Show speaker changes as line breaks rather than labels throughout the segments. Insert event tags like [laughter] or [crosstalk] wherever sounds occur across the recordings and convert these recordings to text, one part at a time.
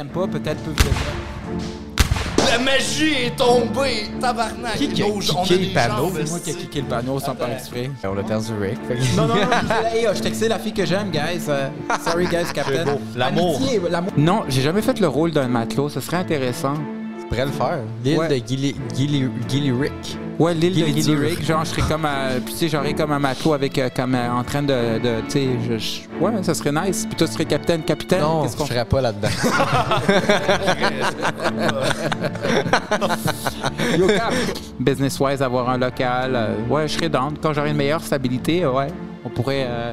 aiment pas, peut-être peuvent le
La magie est tombée, tabarnak.
Qui qui a
Nos- on a
kické
des
le panneau?
jambes,
C'est
[laughs]
moi qui ai
esti.
kické le panneau sans faire exprès.
On a perdu Rick. fait que-
Non,
[laughs]
non, non, je- [laughs] hey, oh, je textais la fille que j'aime, guys. Euh, sorry, guys, Captain.
beau. L'amour.
Amitié, l'amour. Non, j'ai jamais fait le rôle d'un matelot. Ce serait intéressant.
Tu pourrais le faire. L'île
Ouais.
de Gilly, Gilly, Gilly Rick.
Ouais, l'île de
Guy
Gilly
Dur.
Rick, genre, je serais comme, euh, puis tu sais, j'aurais comme un matelot avec, euh, comme, euh, en train de, de tu sais, je- je- ouais, ça serait nice. Puis toi, tu serais capitaine, capitaine.
Non,
qu'est-ce
je
qu'on fait?
serais pas là-dedans.
Yo, Cap! [laughs] Business-wise, avoir un local, euh, ouais, je serais down. Quand j'aurai une meilleure stabilité, euh, ouais, on pourrait euh,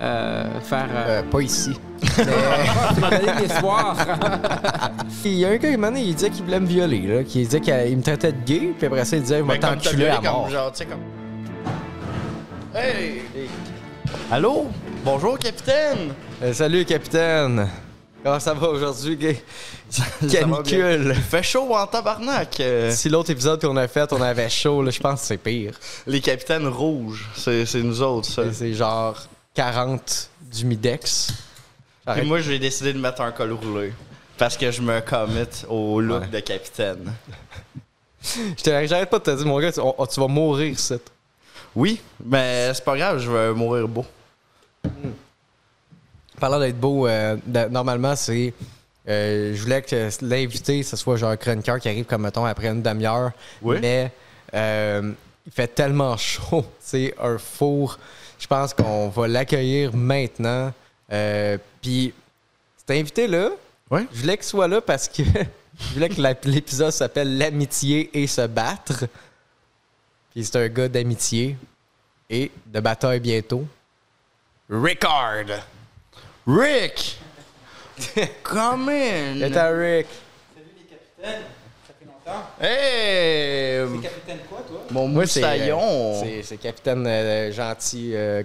euh, faire. euh, [laughs]
[laughs] Euh, pas ici.
tu m'as donné des soirs.
Il y a un gars, un moment donné, il disait qu'il voulait me violer, là. Qu'il disait qu'il il me traitait de gay, puis après ça, il disait, il m'a
Ben, comme t'as
t'enculé
violé,
à
comme
mort.
genre, tu sais, comme. Hey! Allô? Bonjour, capitaine!
Euh, salut, capitaine. Comment ça va aujourd'hui, gay?
[laughs] Ça va bien.
Canicule.
Il fait chaud en tabarnak! euh,
Si l'autre épisode qu'on a fait, on avait chaud, là, je pense que c'est pire.
les capitaines rouges, c'est c'est nous autres, ça.
C'est- C'est genre 40 du Midex.
Puis
Arrête.
moi, j'ai décidé de mettre un col roulé. Parce que je me commit au look de capitaine.
Je te- J'arrête pas de te dire, mon gars, tu, on- tu vas mourir, c'est.
Oui, mais c'est pas grave, je vais mourir beau.
Parlant d'être beau, euh, de- normalement, c'est. euh, je voulais que l'invité, ce soit genre un chroniqueur qui arrive, comme mettons, après une demi-heure.
Oui.
Mais euh, il fait tellement chaud. [laughs] C'est un four. Je pense qu'on va l'accueillir maintenant. Euh, Puis, cet invité-là,
Ouais.
je voulais qu'il soit là parce que [laughs] je voulais que la- l'épisode s'appelle L'amitié et se battre. Puis, c'est un gars d'amitié et de bataille bientôt.
Rickard! Rick! Come in!
Et à Rick.
Hey!
Capitaine quoi, toi?
Mon
Moi, c'est, euh,
moussaillon!
C'est c'est capitaine euh, gentil. euh,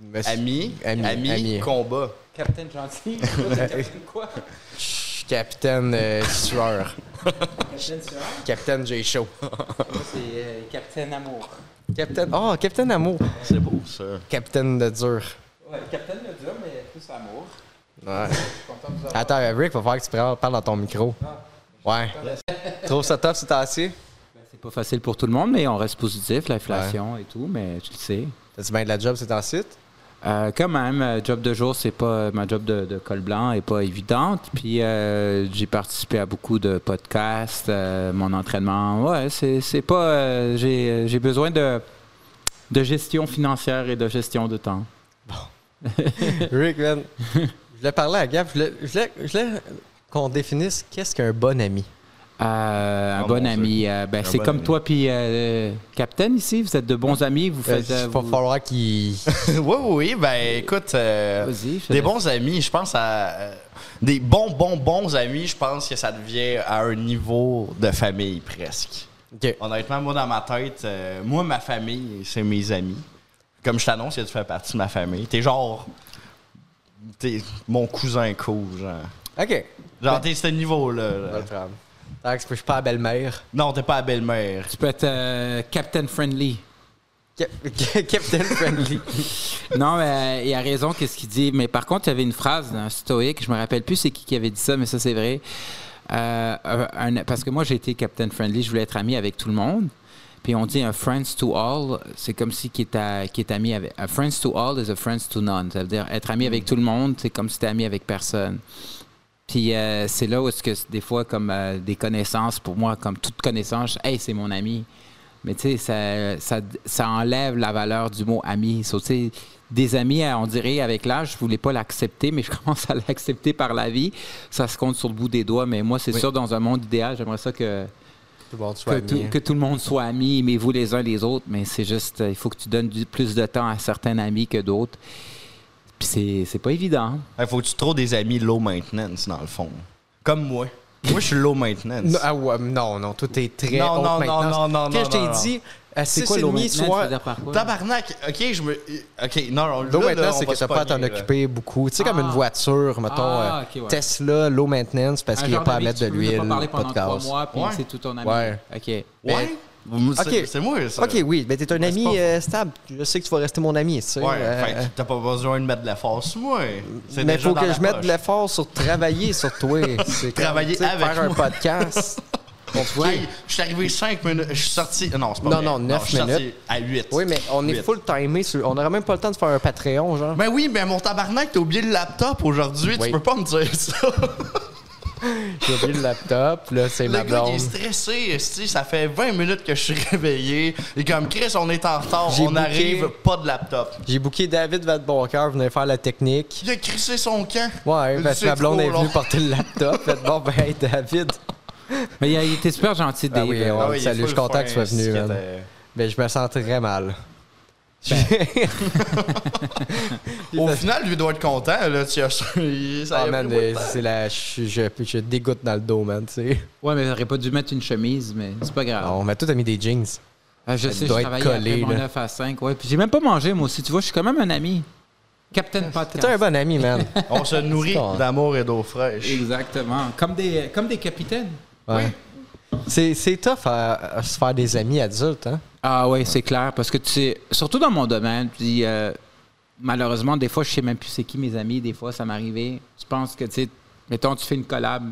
monsieur-
Ami,
Ami,
ami,
ami.
combat.
Capitaine [laughs] gentil. Toi, t'es capitaine quoi?
Capitaine euh, sueur. [laughs]
Capitaine Sueur.
capitaine J. Show. [laughs]
Moi, c'est euh, Capitaine Amour.
Capitaine. Oh, capitaine amour.
C'est beau, ça.
Capitaine de dur.
Ouais, Capitaine le dur, mais plus Amour.
Ouais.
Je suis content de vous avoir.
Attends, euh, Rick, va falloir que tu parles parles dans ton micro. Ouais. [laughs] Trouve ça top, c'est assis?
C'est pas facile pour tout le monde, mais on reste positif, l'inflation et tout, mais tu le sais.
T'as-tu bien de la job,
[laughs]
c'est assis?
Euh, quand même, euh, job de jour, c'est pas ma job de, de col blanc est pas évidente. Puis euh, j'ai participé à beaucoup de podcasts, euh, mon entraînement. Ouais, c'est c'est pas euh, j'ai euh, j'ai besoin de de gestion financière et de gestion de temps.
Rick, man. Je voulais parler à Gab. Je voulais, je voulais- je voulais qu'on définisse qu'est-ce qu'un bon ami.
Euh, un
Ah,
bon
mon
ami,
Dieu.
euh, ben,
Un
c'est
bon
comme
ami.
toi puis euh, Captain ici, vous êtes de bons amis, vous
Euh,
faites
Il
euh,
va
vous-
falloir qu'il.
[laughs] oui,
[laughs]
oui, oui, ben écoute, euh,
Vas-y, je te
des
laisse.
bons amis, je pense à euh, des bons, bons, bons amis, je pense que ça devient à un niveau de famille presque.
Ok.
Honnêtement, moi dans ma tête, euh, moi ma famille, c'est mes amis. Comme je t'annonce, que tu fais partie de ma famille. T'es genre, t'es mon cousin cool, genre.
Ok.
Genre t'es ce niveau là.
On va le prendre. Tant que je suis pas la belle-mère.
Non, t'es pas la belle-mère.
Tu peux être euh, Captain friendly.
Cap- [laughs] Captain Friendly.
Non, mais euh, il a raison qu'est-ce qu'il dit. Mais par contre, il y avait une phrase d'un stoïque, je me rappelle plus c'est qui qui avait dit ça, mais ça c'est vrai. Euh, un- un- parce que moi j'ai été Captain Friendly, je voulais être ami avec tout le monde. Puis on dit un friends to all, c'est comme si qui est, à- qui est ami avec. A friends to all is a friends to none. Ça veut dire être ami avec tout le monde, c'est comme si t'es ami avec personne. Puis euh, c'est là où est-ce que c'est des fois comme euh, des connaissances pour moi comme toute connaissance, je- hey c'est mon ami. Mais tu sais ça, ça, ça enlève la valeur du mot ami. So, tu sais, des amis euh, on dirait avec l'âge, je voulais pas l'accepter mais [laughs] je commence à l'accepter par la vie. Ça se compte sur le bout des doigts mais moi c'est sûr dans un monde idéal, j'aimerais ça que
Tout le monde soit
que
ami,
tout,
hein.
que tout le monde soit ami, mais vous les uns les autres, mais c'est juste, euh, il faut que tu donnes du- plus de temps à certains amis que d'autres. Puis c'est- c'est pas évident. hein.
Il faut que tu trouves des amis low maintenance dans le fond. Comme moi. Moi je suis low maintenance.
Non, ah ouais, non, non, tout est très.
Non,
haute
non, non,
maintenance.
non, non,
Qu'est-ce
non,
que je
non,
t'ai dit, à 6
C'est quoi l'eau
et
maintenance?
soit.
Ça veut dire par quoi?
Tabarnak, ok, je me. Ok, non, non,
L'eau
là, là,
maintenance,
on
c'est
va
que
se
t'as pas à t'en
pogner, là.
occuper beaucoup. Tu sais, comme
Ah.
une voiture, mettons,
Ah,
euh,
ok, ouais.
Tesla, low maintenance, parce
Un
qu'il n'y a
genre
pas à
d'amis
mettre
que
de
tu peux même
l'huile,
pas parler
pas de
pendant trois
gaz.
mois, puis
Ouais.
c'est tout ton ami.
Ouais.
OK.
Ouais? Vous- C'est
Ok.
c'est moi, ça.
Ok, oui, mais t'es un
Mais c'est
ami
pas-
euh, stable. Je sais que tu vas rester mon ami, tu sais.
Ouais,
euh,
fait que t'as pas besoin de mettre de la force, moi. C'est
mais
déjà
faut
dans
que
la
je mette
poche.
de l'effort sur travailler sur
[laughs]
toi. C'est comme,
Travailler
tu sais,
avec moi.
Faire
[laughs]
un podcast.
On je suis arrivé 5 minutes. Je suis sorti. Euh, Non, c'est pas
Non,
vrai.
non, neuf
je suis sorti
minutes.
à 8.
Oui, mais on est
Huit.
full timé. Sur... On n'aurait même pas le temps de faire un Patreon,
[laughs]
genre.
Ben oui, mais mon tabarnak, t'as oublié le laptop aujourd'hui.
Oui.
Tu peux pas me dire ça.
J'ai oublié le laptop, là, c'est
Le
ma
gars, il est
blonde.
stressé. esti, Ça fait 20 minutes que je suis [laughs] réveillé. Et comme Chris, on est en retard.
J'ai
on
booké-
n'arrive pas de laptop.
J'ai booké David Vadeboncoeur, venait faire la technique.
Il a crissé son camp.
Ouais, parce que
C'est
ma blonde
trop
est venue
long.
porter le laptop. Fait bon, ben, hey, David.
Mais il, a- il était super gentil, Dave.
Ah oui,
Euh,
ouais.
Ah oui, il
Salut,
faut
je suis
le
content
faire,
que tu sois venu,
esti,
man.
était-
Ben, je me sens très mal.
Au final, lui doit être content. Là, tu as... [laughs] ça
Ah,
a
man,
pris
euh, c'est la. Je, je, je dégoûte dans le dos, man, tu sais.
Ouais, mais j'aurais pas dû mettre une chemise, mais c'est pas grave.
On m'a tout mis des jeans.
Ah, je sais, je
doit être
travaillais
collé,
après mon
là.
9 à 5. Ouais, puis j'ai même pas mangé, moi aussi. Tu vois, je suis quand même un ami. Captain Podcast.
T'es un bon ami, man.
On se
[laughs]
nourrit
con, hein.
d'amour et d'eau fraîche.
Exactement. Comme des, comme des capitaines.
Ouais. C'est c'est tough à, à se faire des amis adultes, hein?
Ah oui, c'est clair. Parce que tu sais, surtout dans mon domaine, puis, euh, malheureusement, des fois, je sais même plus c'est qui mes amis. Des fois, ça m'est arrivé. Je pense que, tu sais, mettons, tu fais une collab,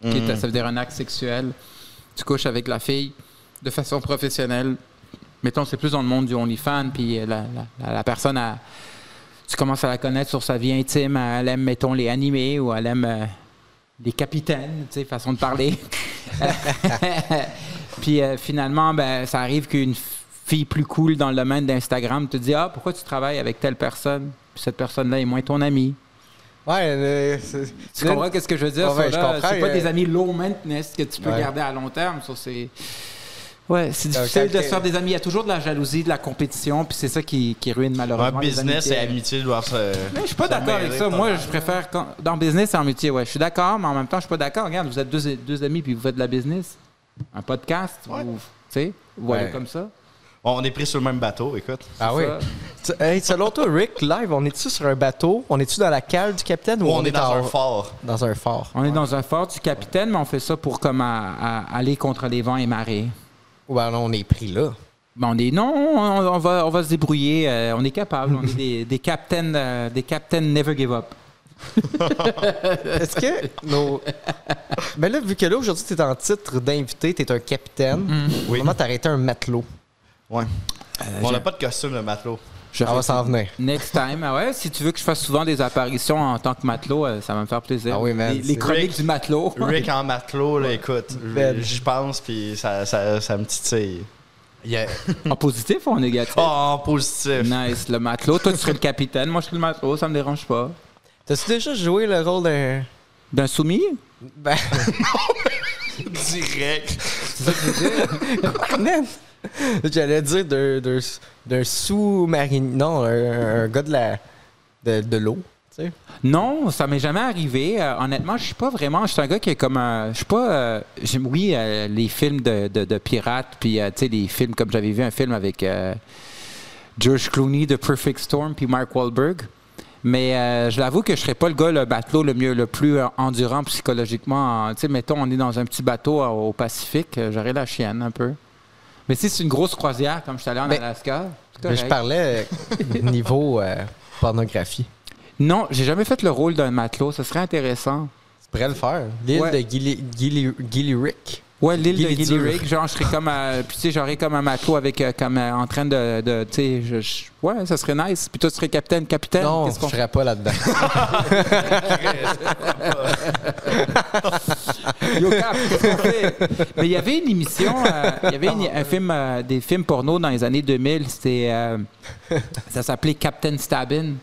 qui est- ça veut dire un acte sexuel. Tu couches avec la fille de façon professionnelle. Mettons, c'est plus dans le monde du OnlyFans, puis euh, la, la- la- la personne a. Tu commences à la connaître sur sa vie intime. Elle aime, mettons, les animés ou elle aime euh, les capitaines, tu sais, façon de parler. [laughs] Puis euh, finalement, ben, ça arrive qu'une f- fille plus cool dans le domaine d'Instagram te dit Ah, pourquoi tu travailles avec telle personne Puis cette personne-là est moins ton amie.
Ouais, euh, c'est-
Tu comprends qu'est-ce que je veux dire?
Ouais, ouais,
ça,
je
là?
comprends,
C'est pas
euh,
des amis low maintenance que tu peux
Ouais.
garder à long terme. Ça, c'est... Ouais, c'est
Donc,
difficile de
après-
se faire des amis. Il y a toujours de la jalousie, de la compétition, puis c'est ça qui, qui ruine
Un
malheureusement. les
business et
amitiés.
amitié doivent se.
Mais je suis pas d'accord avec ça. Moi, je préfère quand- dans business et en métier. Ouais, je suis d'accord, mais en même temps, je suis pas d'accord. Regarde, vous êtes deux, deux amis puis vous faites de la business, un podcast,
Ouais.
vous- tu sais, vous allez
Ouais.
comme ça.
On est pris sur le même bateau, écoute.
Ah
C'est
oui.
ça.
Tu- hey, selon toi, Rick, live, on est-tu sur un bateau? On est-tu dans la cale du capitaine ou
Ou on, est dans
en-
un fort.
Dans un fort.
On est dans un fort du capitaine, mais on fait ça pour comme à- à- aller contre les vents et marées.
Ou alors on est pris là.
Ben, on est non, on, on va, on va se débrouiller. euh, on est capable. On est des, [laughs] des captains, euh, des captains never give up.
Est-ce que nos. [laughs] Mais là, vu que là, aujourd'hui, t'es en titre d'invité, t'es un capitaine.
Oui.
Comment t'arrêtais un matelot?
Ouais.
Euh,
on n'a pas de costume de matelot.
On va s'en venir.
Next time, ah ouais. Si tu veux que je fasse souvent des apparitions en tant que matelot, euh, ça va me faire plaisir.
Ah oui, man,
Les, les
c'est-
chroniques
Rick-
du matelot.
Rick en matelot, là, écoute, j-
Ben.
j'y pense, puis ça, ça, ça me titille.
en positif ou en négatif?
Oh,
Euh,
en positif.
Nice, le matelot. Toi, tu serais le capitaine. Moi, je serais le matelot. Ça me dérange pas.
T'as-tu déjà joué le rôle d'un.
D'un soumis?
Ben.
[laughs]
[laughs]
Direct.
Man! J'allais dire d'un- d'un d'un sous-marinier. Non, un, un gars de la de, de l'eau. tu sais.
Non, ça m'est jamais arrivé. Euh, honnêtement, je suis pas vraiment. Je suis un gars qui est comme un. Je suis pas. euh, j'aime- oui, euh, les films de, de- de pirates, puis euh, tu sais, les films comme j'avais vu un film avec euh, George Clooney, The Perfect Storm, puis Mark Wahlberg. Mais euh, je l'avoue que je serais pas le gars le bateau le mieux, le plus euh, endurant psychologiquement. en- Tu sais, mettons, on est dans un petit bateau euh, au Pacifique, euh, j'aurais la chienne un peu. Mais si c'est une grosse croisière comme je suis allé en
Mais-
Alaska, c'est
Mais je
correct.
parlais
[laughs]
euh, niveau euh, pornographie.
non, j'ai jamais fait le rôle d'un matelot. Ce serait intéressant.
Tu pourrais le faire. L'île
Ouais.
de Gilly, Gilly, Gillyrick.
Ouais, l'île de
Gilly
Gilly
Dur.
Rick, genre, je serais comme, euh, puis tu sais, j'aurais comme un matelot avec, euh, comme, euh, en train de, de- tu sais, je- je- ouais, ça serait nice. Puis toi, tu serais capitaine, capitaine.
Non,
Ben, qu'est-ce
je
qu'on
serais
[laughs]
pas là-dedans.
Yo, Cap, qu'est-ce qu'on fait?
[laughs]
Mais il y avait une émission, euh, il y avait une- un film, euh, des films porno dans les années 2000. C'était, euh, ça s'appelait Captain Stabbin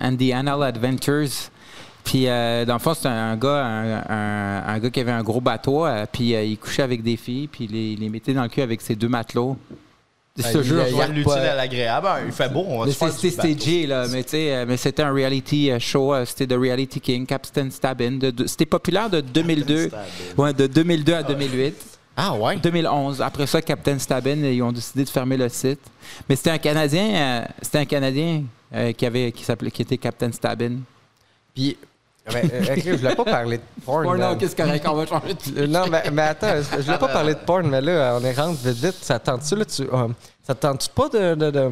and the Anal Adventures. Puis, euh, dans le fond, c'était un gars, un, un- un gars qui avait un gros bateau, euh, puis euh, il couchait avec des filles, puis il les, il les mettait dans le cul avec ses deux matelots.
Ah,
Ce
il-
jeu,
il-
On
y a
va l'utile
pas-
à l'agréable. Ah, Il fait beau, on va
Mais
se faire
c'est-
du
C'était
bateau.
stagé, là. Mais, tu sais, euh, mais c'était un reality euh, show. euh, C'était The Reality King, Captain Stabbin. De- de- C'était populaire de 2002.
Stabbin.
Ouais, de 2002 à 2008.
Ah ouais?
2011. Après ça, Captain Stabbin, ils ont décidé de fermer le site. Mais c'était un Canadien, euh, c'était un Canadien euh, qui, avait, qui, s'appelait, qui était Captain Stabbin.
Puis Ben, euh, ok, je voulais pas parler de porn.
Oh non,
man.
qu'est-ce correct, on va changer de...
Euh, Non, mais, mais attends, je voulais pas parler de porn, mais là, on est rentre vite vite. Ça te tente-tu, là, tu, euh, ça te tente-tu pas de, de- de-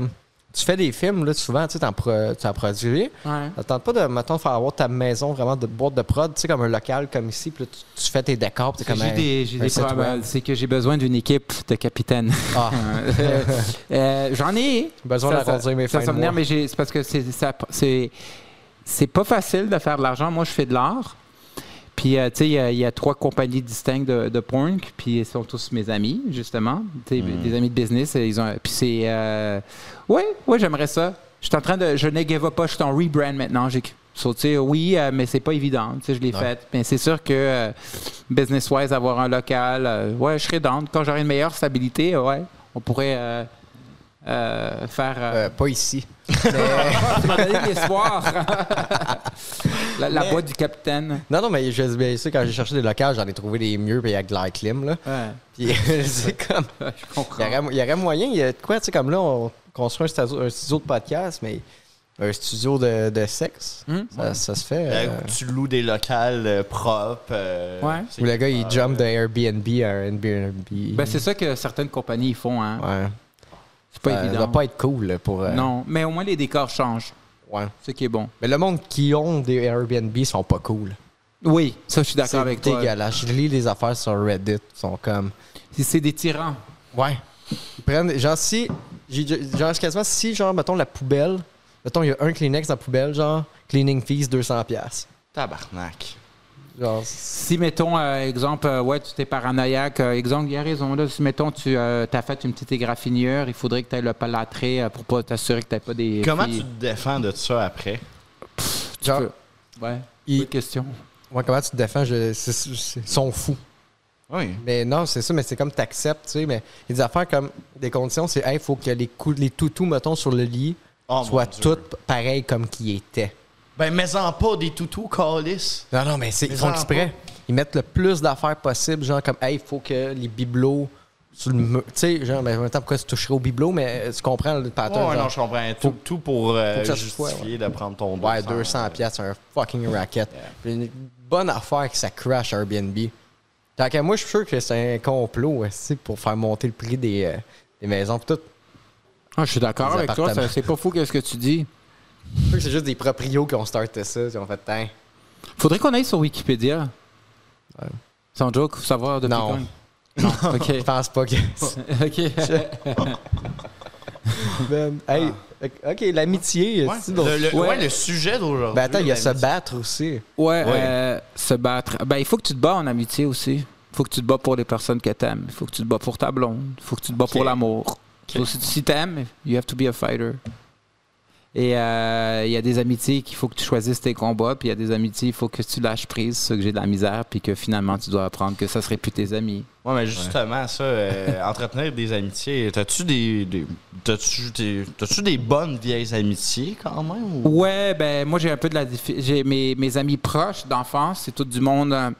Tu fais des films, là, souvent, tu sais, t'en pro- tu en produis.
Ouais.
Ça te tente pas de, mettons, faire avoir ta maison vraiment de boîte de prod, tu sais, comme un local comme ici, puis là, tu, tu fais tes décors, puis t'es comme
J'ai
un-
des, j'ai
un
des
site
problèmes.
web.
C'est que j'ai besoin d'une équipe de capitaine.
Ah.
[laughs] Euh, J'en ai.
Besoin
Ça,
d'arrondir
ça-
mes
ça,
fins
ça
de
me nerve,
mois.
mais j'ai- c'est parce que c'est ça- c'est c'est pas facile de faire de l'argent. Moi, je fais de l'art. Puis, euh, tu sais, il y a- il y, a trois compagnies distinctes de, de porn, puis ils sont tous mes amis, justement, Tu sais,
Hmm.
des amis de business. et Ils ont, puis c'est... euh, ouais, ouais, j'aimerais ça. Je suis en train de... Je ne give up pas, je suis en rebrand maintenant. J'ai so, tu sais, oui, euh, mais c'est pas évident. Tu sais, je l'ai fait. Mais c'est sûr que, euh, business-wise, avoir un local, euh, ouais, je serais down. Quand j'aurai une meilleure stabilité, euh, ouais, on pourrait euh, euh, faire... euh,
Euh, pas ici. [laughs]
tu m'as donné des soirs. [laughs] la la boîte du capitaine.
Non, non, mais je bien sûr, quand j'ai cherché des locales, j'en ai trouvé des mieux, puis avec de la clim, là. Puis [laughs] c'est comme.
Je comprends.
Il y, aurait, il y aurait moyen, il y a de quoi, tu sais, comme là, on construit un studio, un studio de podcast, mais un studio de, de sexe,
Hmm?
ça, ça se fait.
Euh,
euh,
tu loues des locales euh, propres. euh,
Ouais.
c'est-
où le gars, il
Ah,
jump d'un Airbnb à un Airbnb.
euh, Ben, c'est ça que certaines compagnies ils font. Hein.
ouais.
C'est pas
Ça
évident.
doit pas être cool là, pour. euh,
Non, mais au moins les décors changent,
ouais.
ce qui est bon.
Mais le monde qui ont des Airbnb sont pas cool.
Oui, ça, je suis d'accord
C'est
avec toi.
dégueulasse. Je lis les affaires sur Reddit, ils sont comme.
C'est- C'est des tyrans.
Ouais. Ils prennent. Genre, si. j'ai déjà- Genre, quasiment, si, genre, mettons la poubelle, mettons, il y a un Kleenex dans la poubelle, genre, cleaning fees 200$.
Tabarnak.
Genre,
Si, mettons, euh, exemple, euh, ouais, tu t'es paranoïaque, euh, exemple, il y a raison. Là, si, mettons, tu as fait une petite égraffinure, il faudrait que tu ailles le palatrer euh, pour pas t'assurer que tu pas des.
Comment tu
filles.
te défends de ça après?
genre
peux- Ouais.
Il-
Bonne question.
Ouais, comment tu te défends? Je, c'est- c'est- c'est- ils sont fous.
Oui.
Mais non, c'est ça, mais c'est comme t'acceptes, tu sais. Mais il y a des affaires comme des conditions, c'est, hey, faut que les, coups, les toutous, mettons, sur le lit
Oh,
soient
mon Dieu.
toutes pareilles comme qu'ils étaient.
Ben, mets-en pas des toutous, Calis.
Non, non, mais c'est,
Mais
ils font
ça en
exprès. Ils mettent le plus d'affaires possible, genre comme, hey, faut que les bibelots sur le mur. Tu sais, genre, mais en même temps, pourquoi tu toucherais au bibelot, mais euh, tu comprends le pattern.
ouais,
genre,
non, je comprends. Tout, tout pour euh,
que ça se
justifier
soit,
de prendre ton
ouais, 200 piastres, c'est un fucking racket. Puis une bonne affaire que ça crash Airbnb. Tant qu'à moi, je suis sûr que c'est un complot aussi pour faire monter le prix des, euh, des maisons. Puis tout.
Ah, je suis d'accord
Les
avec toi.
appartements.
ça- C'est pas fou que ce que tu dis.
Je sais que C'est juste des proprios qui ont starté ça. Qui ont fait Tain,
Faudrait qu'on aille sur Wikipédia.
Ouais.
Sans joke, faut savoir depuis
Non.
quand.
[laughs]
Non. OK.
Je pense pas que.
[laughs] OK.
Ben, hey, ok, l'amitié.
Ah. Ouais,
c'est-tu
le,
d'autres-
le-
Ouais.
ouais, le sujet d'aujourd'hui.
Ben attends, il y a se
l'amitié.
battre aussi.
Ouais, euh, se battre. Ben, il faut que tu te bats en amitié aussi. Il faut que tu te bats pour les personnes que t'aimes. Il faut que tu te bats pour ta blonde. Il faut que tu te bats pour l'amour. So, si tu si t'aimes, you have to be a fighter. Et euh, il y a des amitiés qu'il faut que tu choisisses tes combats, puis il y a des amitiés, il faut que tu lâches prise, ce que j'ai de la misère, puis que finalement tu dois apprendre que ça serait plus tes amis.
Ouais, mais justement, ça, euh, entretenir des amitiés, t'as-tu des, des- t'as-tu des, t'as-tu des bonnes vieilles amitiés quand même? ou-
Ouais, ben moi j'ai un peu de la diffi- j'ai mes, mes amis proches d'enfance, c'est tout du monde euh,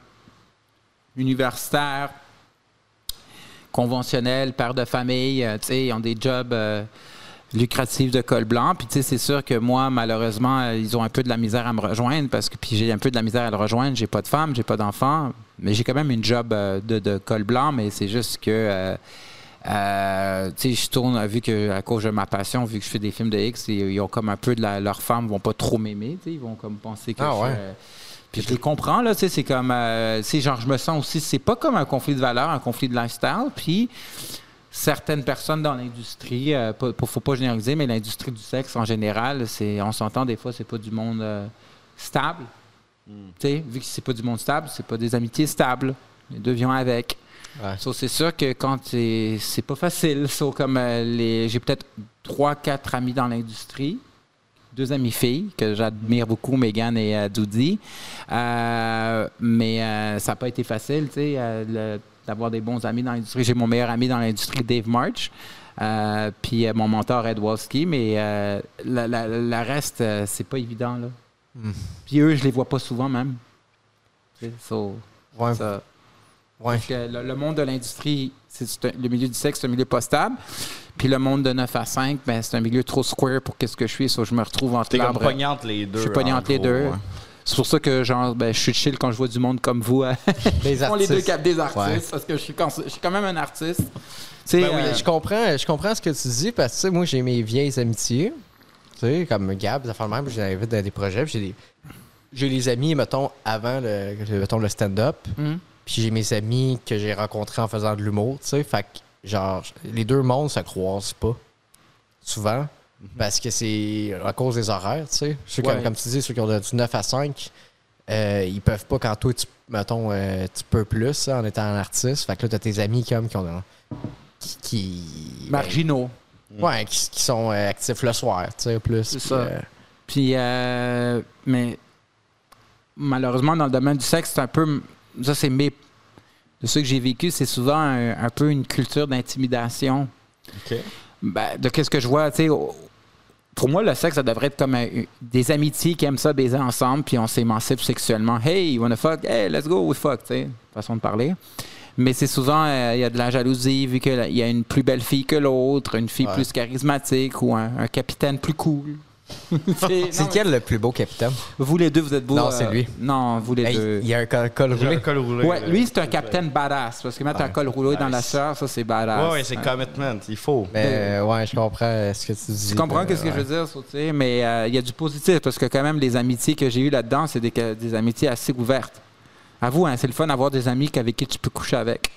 universitaire, conventionnel, père de famille, euh, tu sais, ils ont des jobs euh, lucratifs de col blanc, puis tu sais c'est sûr que moi malheureusement, euh, ils ont un peu de la misère à me rejoindre parce que puis j'ai un peu de la misère à le rejoindre, j'ai pas de femme, j'ai pas d'enfant, mais j'ai quand même une job euh, de, de col blanc, mais c'est juste que euh, euh, tu sais, je tourne, vu que à cause de ma passion, vu que je fais des films de X, ils, ils ont comme un peu de la, leurs femmes vont pas trop m'aimer, tu sais, ils vont comme penser que
Ah
je,
ouais.
euh, puis je les comprends là, tu sais, c'est comme, euh, c'est genre je me sens aussi, c'est pas comme un conflit de valeurs, un conflit de lifestyle, puis certaines personnes dans l'industrie, euh, pas- pas- faut pas généraliser, mais l'industrie du sexe en général, c'est, on s'entend des fois, c'est pas du monde euh, stable, tu sais, vu que c'est pas du monde stable, c'est pas des amitiés stables, les deux viennent avec.
Ouais.
So, c'est sûr que quand t'es- c'est pas facile. So, comme euh, les, j'ai peut-être trois, quatre amis dans l'industrie, deux amies filles que j'admire beaucoup, Megan et euh, Doudi. Euh, mais euh, ça n'a pas été facile, tu sais, euh, le- d'avoir des bons amis dans l'industrie. J'ai mon meilleur ami dans l'industrie, Dave March. euh, puis euh, mon mentor Ed Walski, mais euh, la, la- la reste, euh, c'est pas évident. Là.
Hmm.
Puis eux, je les vois pas souvent même. Tu sais, so,
Ah.
Ouais.
ça-
Ouais.
parce que le, le monde de l'industrie, c'est c'est un- le milieu du sexe, c'est un milieu pas stable. Puis le monde de 9 à 5, ben, c'est un milieu trop square pour qu'est-ce que je suis. So, je me retrouve entre
T'es comme
l'arbre.
pognante les deux.
Je suis pogné
en
entre les
gros,
deux.
ouais.
C'est pour ça que genre, ben, je suis chill quand je vois du monde comme vous. [laughs] hein.
Les
Ils font les deux
artistes. Bah
caps des artistes
Ouais.
parce que je suis, cons- je suis quand même un artiste. Tu sais,
Ben oui,
euh,
Je comprends, je comprends ce que tu dis parce que tu sais, moi j'ai mes vieilles amitiés. Tu sais, comme Gab, ça fait le même, puis je l'invite dans des projets, puis j'ai des. J'ai les amis, mettons, avant le, le- mettons, le stand-up.
Mhm.
Puis j'ai mes amis que j'ai rencontrés en faisant de l'humour, tu sais. Fait que, genre, les deux mondes se croisent pas. Souvent. Parce que c'est à cause des horaires, tu sais. Ceux qui-
Mm-hmm. Ouais.
Comme tu dis, ceux qui ont de- du 9 à 5, euh, ils peuvent pas quand toi, tu, mettons, euh, tu peux plus hein, en étant un artiste. Fait que là, t'as tes amis comme qui ont. hein, Qui, qui- ben,
marginaux.
Ouais, qui, qui sont euh, actifs le soir, tu sais, plus. puis,
ça.
euh,
Puis, euh, mais malheureusement, dans le domaine du sexe, c'est un peu. Ça, c'est mes. De ce que j'ai vécu, c'est souvent un, un peu une culture d'intimidation.
OK.
Ben, de qu'est-ce que je vois, tu sais. au- Pour moi, le sexe, ça devrait être comme un- des amitiés qui aiment ça baiser ensemble, puis on s'émancipe sexuellement. Hey, you wanna fuck? Hey, let's go, we fuck, tu sais. Façon de parler. Mais c'est souvent, euh, il y a de la jalousie, vu qu'il y a une plus belle fille que l'autre, une fille plus charismatique ou un, un capitaine plus cool. [laughs]
C'est lequel le plus beau capitaine?
Vous les deux, vous êtes beaux. euh,
Non, c'est lui.
Non, vous les
Hey,
deux.
Il y euh, a un col, col
J'ai
roulé.
un col roulé.
Ouais,
là.
lui, c'est un capitaine badass. Parce que mettre un col roulé dans la
Nice.
sueur, ça, c'est
Ouais,
badass.
ouais, c'est commitment. Il faut.
Mais euh, ouais, je comprends euh, ce que tu dis.
Tu comprends
euh,
quest ce que je
ouais.
veux dire, ça, tu sais, mais euh, il y a du positif parce que quand même, les amitiés que j'ai eues là-dedans, c'est des, ca- des amitiés assez ouvertes. Avoue, hein, c'est le fun d'avoir des amis avec qui tu peux coucher avec.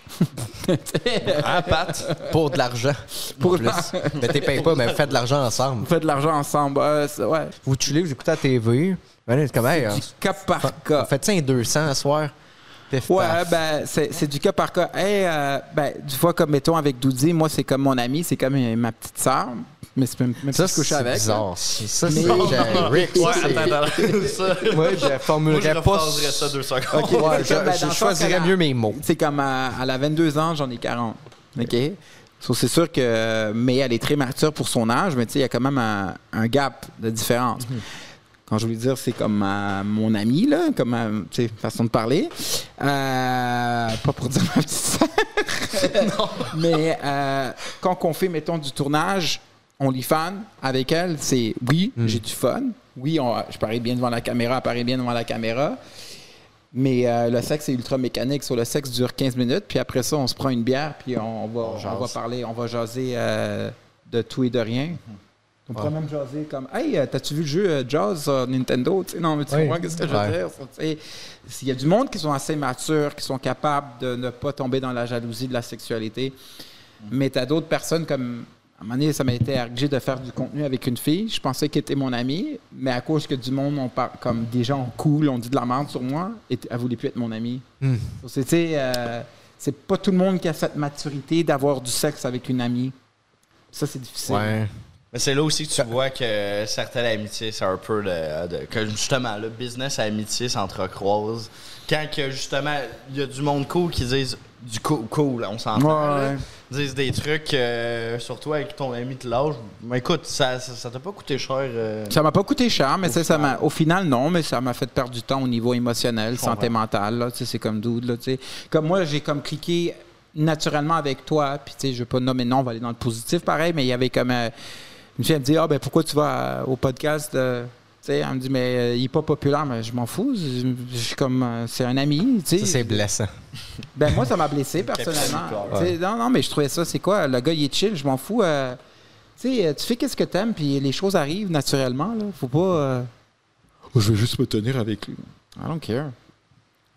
Hein, Pat?
Ah, Pour de l'argent.
[laughs] Pour
Pour plus. mais t'es payé pas, mais faites de l'argent ensemble.
On fait de l'argent ensemble. euh, c'est- ouais.
Vous chillez, vous écoutez la TV. Venez, comme, hey,
Du
hein,
cas par cas.
faites-tu un 200 à soir? Pif,
Ouais,
paf.
ben, c'est c'est du cas par cas. Hey, euh, ben, du fois, comme mettons avec Doudi, moi, c'est comme mon ami, c'est comme euh, ma petite sœur. Mais c'est même même
ça,
pas se coucher
c'est
avec. là.
bizarre. Ça,
Mais-
c'est [laughs] j'ai- Rick,
Ouais,
ça, c'est-
attends, attends. [laughs] ça.
Moi, je
Moi, je
formulerais pas.
rephraserais ça deux secondes.
Ok, ouais, je,
Ben, dans
je
le sens
choisirais
que la-
mieux mes mots.
C'est comme euh, elle a 22 ans, j'en ai 40. OK? So, c'est sûr que. euh, Mais elle est très mature pour son âge, mais tu sais, il y a quand même un, un gap de différence. Quand je veux dire, c'est comme euh, mon ami, là, comme euh, tu sais, façon de parler. Euh, pas pour dire ma petite sœur. Mais euh, quand on fait, mettons, du tournage, on lit fan avec elle, c'est oui, j'ai du fun. Oui, on- je parais bien devant la caméra, elle paraît bien devant la caméra. Mais euh, le sexe est ultra mécanique. Sur le sexe dure 15 minutes, puis après ça, on se prend une bière, puis on, va, on, va parler, on va jaser euh, de tout et de rien. On pourrait même jaser comme Hey, euh, t'as-tu vu le jeu euh, Jaws sur Nintendo? Tu sais, non, mais tu
Oui.
comprends qu'est-ce que je veux
Ouais.
dire? ça, tu sais. S'il y a du monde qui sont assez matures, qui sont capables de ne pas tomber dans la jalousie de la sexualité,
Mm.
mais t'as d'autres personnes comme. À un moment donné, ça m'a été arrangé de faire du contenu avec une fille. Je pensais qu'elle était mon amie, mais à cause que du monde, on parle comme des gens cool, on dit de la merde sur moi, et elle voulait plus être mon amie.
Mm.
Donc, c'est, tu sais, euh, c'est pas tout le monde qui a cette maturité d'avoir du sexe avec une amie. Ça, c'est difficile.
Ouais.
Mais c'est là aussi que tu vois que certaines amitiés, c'est un peu de, de- que justement, le business et amitié s'entrecroisent. Quand que justement, il y a du monde cool qui disent du co- cool, on s'entend.
Ouais,
là.
ouais.
Disent des trucs, euh, surtout avec ton ami de l'âge. Mais écoute, ça ça ça t'a pas coûté cher. euh,
Ça m'a pas coûté cher, mais ça, ça m'a- au final, non, mais ça m'a fait perdre du temps au niveau émotionnel,
comprends.
santé mentale. là, tu sais, C'est comme dude. Là, tu sais. comme moi, j'ai comme cliqué naturellement avec toi. Puis, tu sais, je ne vais pas nommer non, on va aller dans le positif pareil, mais il y avait comme. euh, une fille, elle me dit Ah, ben pourquoi tu vas euh, au podcast euh, tu sais, elle me dit, mais euh, il n'est pas populaire, mais je m'en fous. Je je suis comme, euh, c'est un ami. tu sais.
Ça, c'est blessant.
Ben moi, ça m'a blessé
Capitaine
personnellement.
Picard.
Tu sais, Non, non, mais je trouvais ça, c'est quoi? Le gars, il est chill, je m'en fous. euh, tu sais, euh, tu fais qu'est-ce que t'aimes, puis les choses arrivent naturellement. Là. Faut pas. euh, Oh, je vais juste me tenir avec lui. I don't care.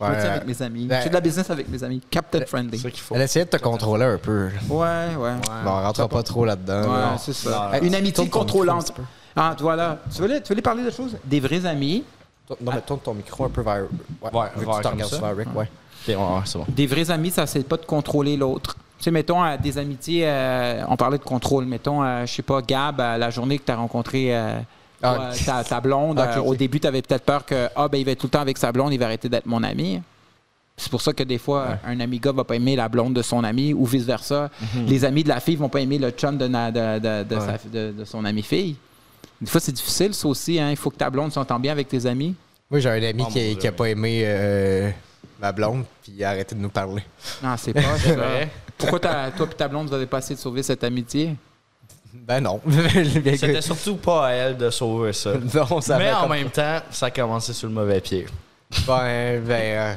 Je vais
Ouais.
être avec mes amis.
Ben- euh,
Je fais de la business avec mes amis. Captain friendly.
C'est ça
Ouais,
qu'il faut.
Elle essayait de te contrôler un peu.
ouais. Ouais,
Bon, on rentre pas trop là-dedans. là.
c'est ça.
Non.
Une amitié
Tourne ton
contrôlante.
micro un petit
Ah, voilà. Tu voulais, tu voulais parler de choses? Des vrais amis.
peu. Non, mais tourne ton micro un peu vers. Ouais,
vers
vu que
comme
tu te regardes
ça.
vers Rick, ouais.
Ok, ouais, ouais, c'est bon.
Des vrais amis, ça, c'est pas de contrôler l'autre. Tu sais, mettons, euh, des amitiés, euh, on parlait de contrôle. Mettons, euh, je sais pas, Gab, euh, la journée que tu as rencontré euh,
Ah,
toi,
[laughs]
ta, ta blonde,
Ah, ok,
euh, au
ok.
début, tu avais peut-être peur que, ah, ben, il va être tout le temps avec sa blonde, il va arrêter d'être mon ami. C'est pour ça que des fois, un ami gars va pas aimer la blonde de son ami ou vice-versa.
Mhm.
Les amis de la fille vont pas aimer le chum de, na- de, de- de sa- de- de son ami fille. Des fois, c'est difficile, ça aussi. hein. Il faut que ta blonde s'entende bien avec tes amis.
Moi, j'ai un ami
Oh, mon
qui,
Dieu,
qui a pas aimé euh, ma blonde, puis il a arrêté de nous parler.
Non, c'est pas ça. Pourquoi ta- toi et ta blonde, vous avez pas essayé de sauver cette amitié?
Ben non. [laughs] Ben,
C'était surtout pas à elle de sauver ça.
[laughs] non, ça
Mais
avait
en
comme-
même temps, ça a commencé sur le mauvais pied.
Ben, ben, euh,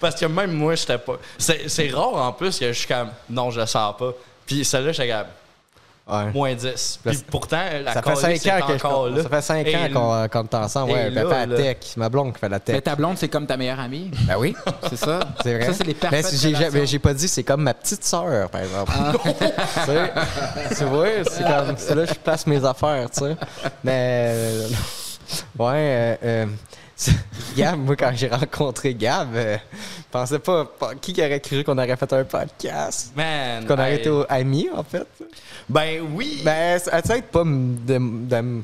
Parce que même moi, j'étais pas. C'est c'est rare en plus que je suis comme, non, je le sens pas. Puis celle-là, j'étais comme,
ouais.
moins 10. Puis
Ça-
pourtant, la
ça fait
calice
5 ans
est
que
encore
je,
là.
Ça fait 5
Et
ans qu'on euh, qu'on est ensemble.
et
Ouais,
là,
elle fait
là.
la tech. C'est ma blonde qui fait la
Mais
tech.
ta blonde, c'est comme ta meilleure amie.
Ben
[laughs]
oui,
C'est ça?
c'est vrai.
Ça, c'est les
Mais
parfaites
j'ai- j'ai-
relations.
mais j'ai pas dit, c'est comme ma petite sœur, par exemple.
Ah.
[laughs] tu, sais, tu vois, c'est comme c'est là que je place mes affaires, tu sais. Mais. euh, ouais, euh, [laughs] euh, c'est- Gab, moi, quand j'ai rencontré Gab, euh, je pensais pas, pas- Qui aurait cru qu'on aurait fait un podcast?
Man.
Qu'on aurait
hey.
été au- amis, en fait.
Ben oui.
Ben, ça ça aide pas m- de, m- [clears throat] de me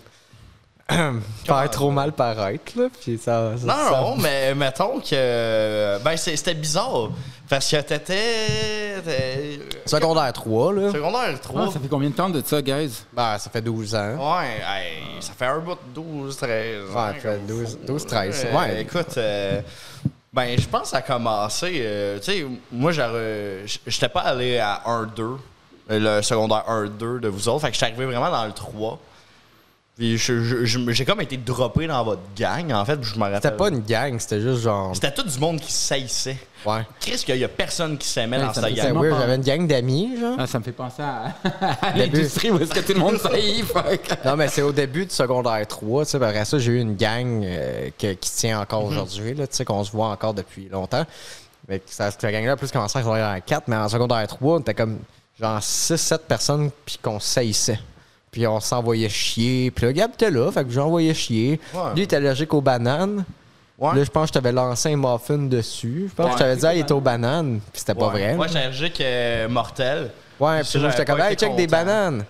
faire trop mal paraître, là. Puis ça. ça-
non,
ça-
non, mais mettons que. Ben, c'est- c'était bizarre. Parce que t'étais. t'es-
Secondaire 3, là.
Secondaire
Ah,
3.
ça fait combien de temps de ça, guys?
Ben, ça fait 12 ans.
Ouais, hey, ça fait un bout de 12, 13.
Ouais, ça fait 12, 12, 13,
Euh,
ouais.
Écoute, euh, ben, je pense que ça a commencé. euh, tu sais, moi, j'aurais- j- j'étais pas allé à 1-2, euh, le secondaire 1-2 de vous autres. Fait que j'étais arrivé vraiment dans le 3. Puis je- je- je- j'ai comme été droppé dans votre gang, en fait. puis Je me rappelle.
C'était pas une gang, c'était juste genre.
C'était tout du monde qui saillissait.
Ouais.
Qu'est-ce qu'il y a personne qui s'aimait
Ouais,
dans
ça
cette
me
gang.
C'était
tellement
weird,
pas-
j'avais une gang d'amis, genre.
Ah, ça me fait penser à, [laughs] à l'industrie où est-ce que tout [laughs] le monde saillit. fuck.
Non, mais c'est au début du secondaire 3, tu sais. puis Après ça, j'ai eu une gang euh, que- qui tient
Mhm.
encore aujourd'hui, là, tu sais, qu'on se voit encore depuis longtemps. Mais que ça, cette gang-là a plus commencé en secondaire 4, mais en secondaire 3, on était comme genre 6-7 personnes, puis qu'on saillissait. Puis on s'envoyait chier. Puis le gars était là, fait que j'envoyais chier.
Ouais.
Lui, il était allergique aux bananes.
Ouais.
Là, je pense que je t'avais lancé un muffin dessus. Je pense que je t'avais dit, ah, il était aux bananes. Puis c'était pas vrai.
Moi, j'ai allergique euh, mortel.
Ouais,
Ça,
puis moi,
j'avais
j'étais comme,
pas
hey,
été
check des
content.
bananes.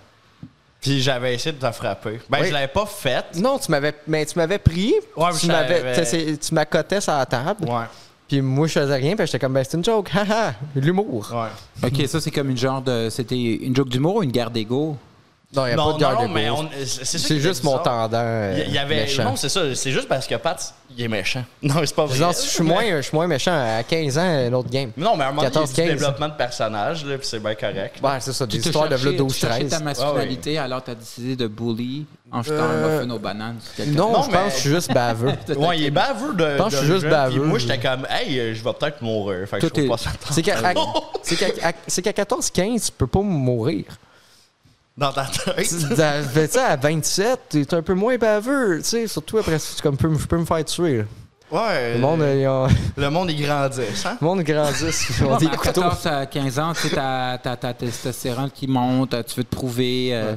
Puis j'avais essayé de te frapper. Ben,
Oui.
je l'avais pas fait.
Non, tu m'avais, mais tu m'avais pris.
Ouais, mais
tu
je
m'avais,
savais.
t'as- c'est- tu m'accotais sur la table.
Ouais.
Puis moi, je faisais rien. Puis j'étais comme, ben, c'est une joke. [laughs] Haha, l'humour.
Ouais.
OK, ça, c'est comme une genre de... C'était une joke d'humour ou une garde d'ego?
Non, il n'y a pas de garde de
mais
gauche.
on- c'est- c'est ça qui
C'est
était
juste mon
bizarre.
tendant. euh,
Il y- il y avait,
méchant.
Non, c'est ça. C'est juste parce que Pat, il est méchant. [laughs] Non, mais c'est pas vrai.
Non, je suis moins, je suis moins méchant. À 15 ans, un autre game.
[laughs] Non, mais à un moment donné, il y a
14,
du
15.
développement de personnage, là, puis c'est bien correct.
Ouais, c'est ça, des
Tu te
histoires de
cherchais-
v'là Ah
tu cherchais
12-13.
ta masculinité, alors t'as décidé de bully en jetant un muffin aux bananes sur quelqu'un.
Non,
Non,
je
mais-
pense que je suis
[laughs]
juste baveux.
Ouais, il est baveux de.
pense que je suis
de
juste
jeune, puis
baveux.
Moi, j'étais comme, hey, euh, je vais peut-être mourir. Fait
Toi,
que je trouve
t'es-
pas ça.
c'est qu'à à- c'est qu'à- à- c'est qu'à 14-15, tu peux pas mourir.
Dans ta
[laughs]
tête.
Tu- dans- ben, tu sais, à 27, t'es un peu moins baveux. tu sais, Surtout après, ça, tu comme, peux, me- je peux me faire tuer. là.
Ouais.
Le monde, euh, ils ont-
Le monde, il grandit, hein?
le monde grandisse. Ils ont
Ouais,
des
mais à
couteaux.
14 à 15 ans, tu sais, t'as ta testostérone qui monte, tu veux te prouver. euh,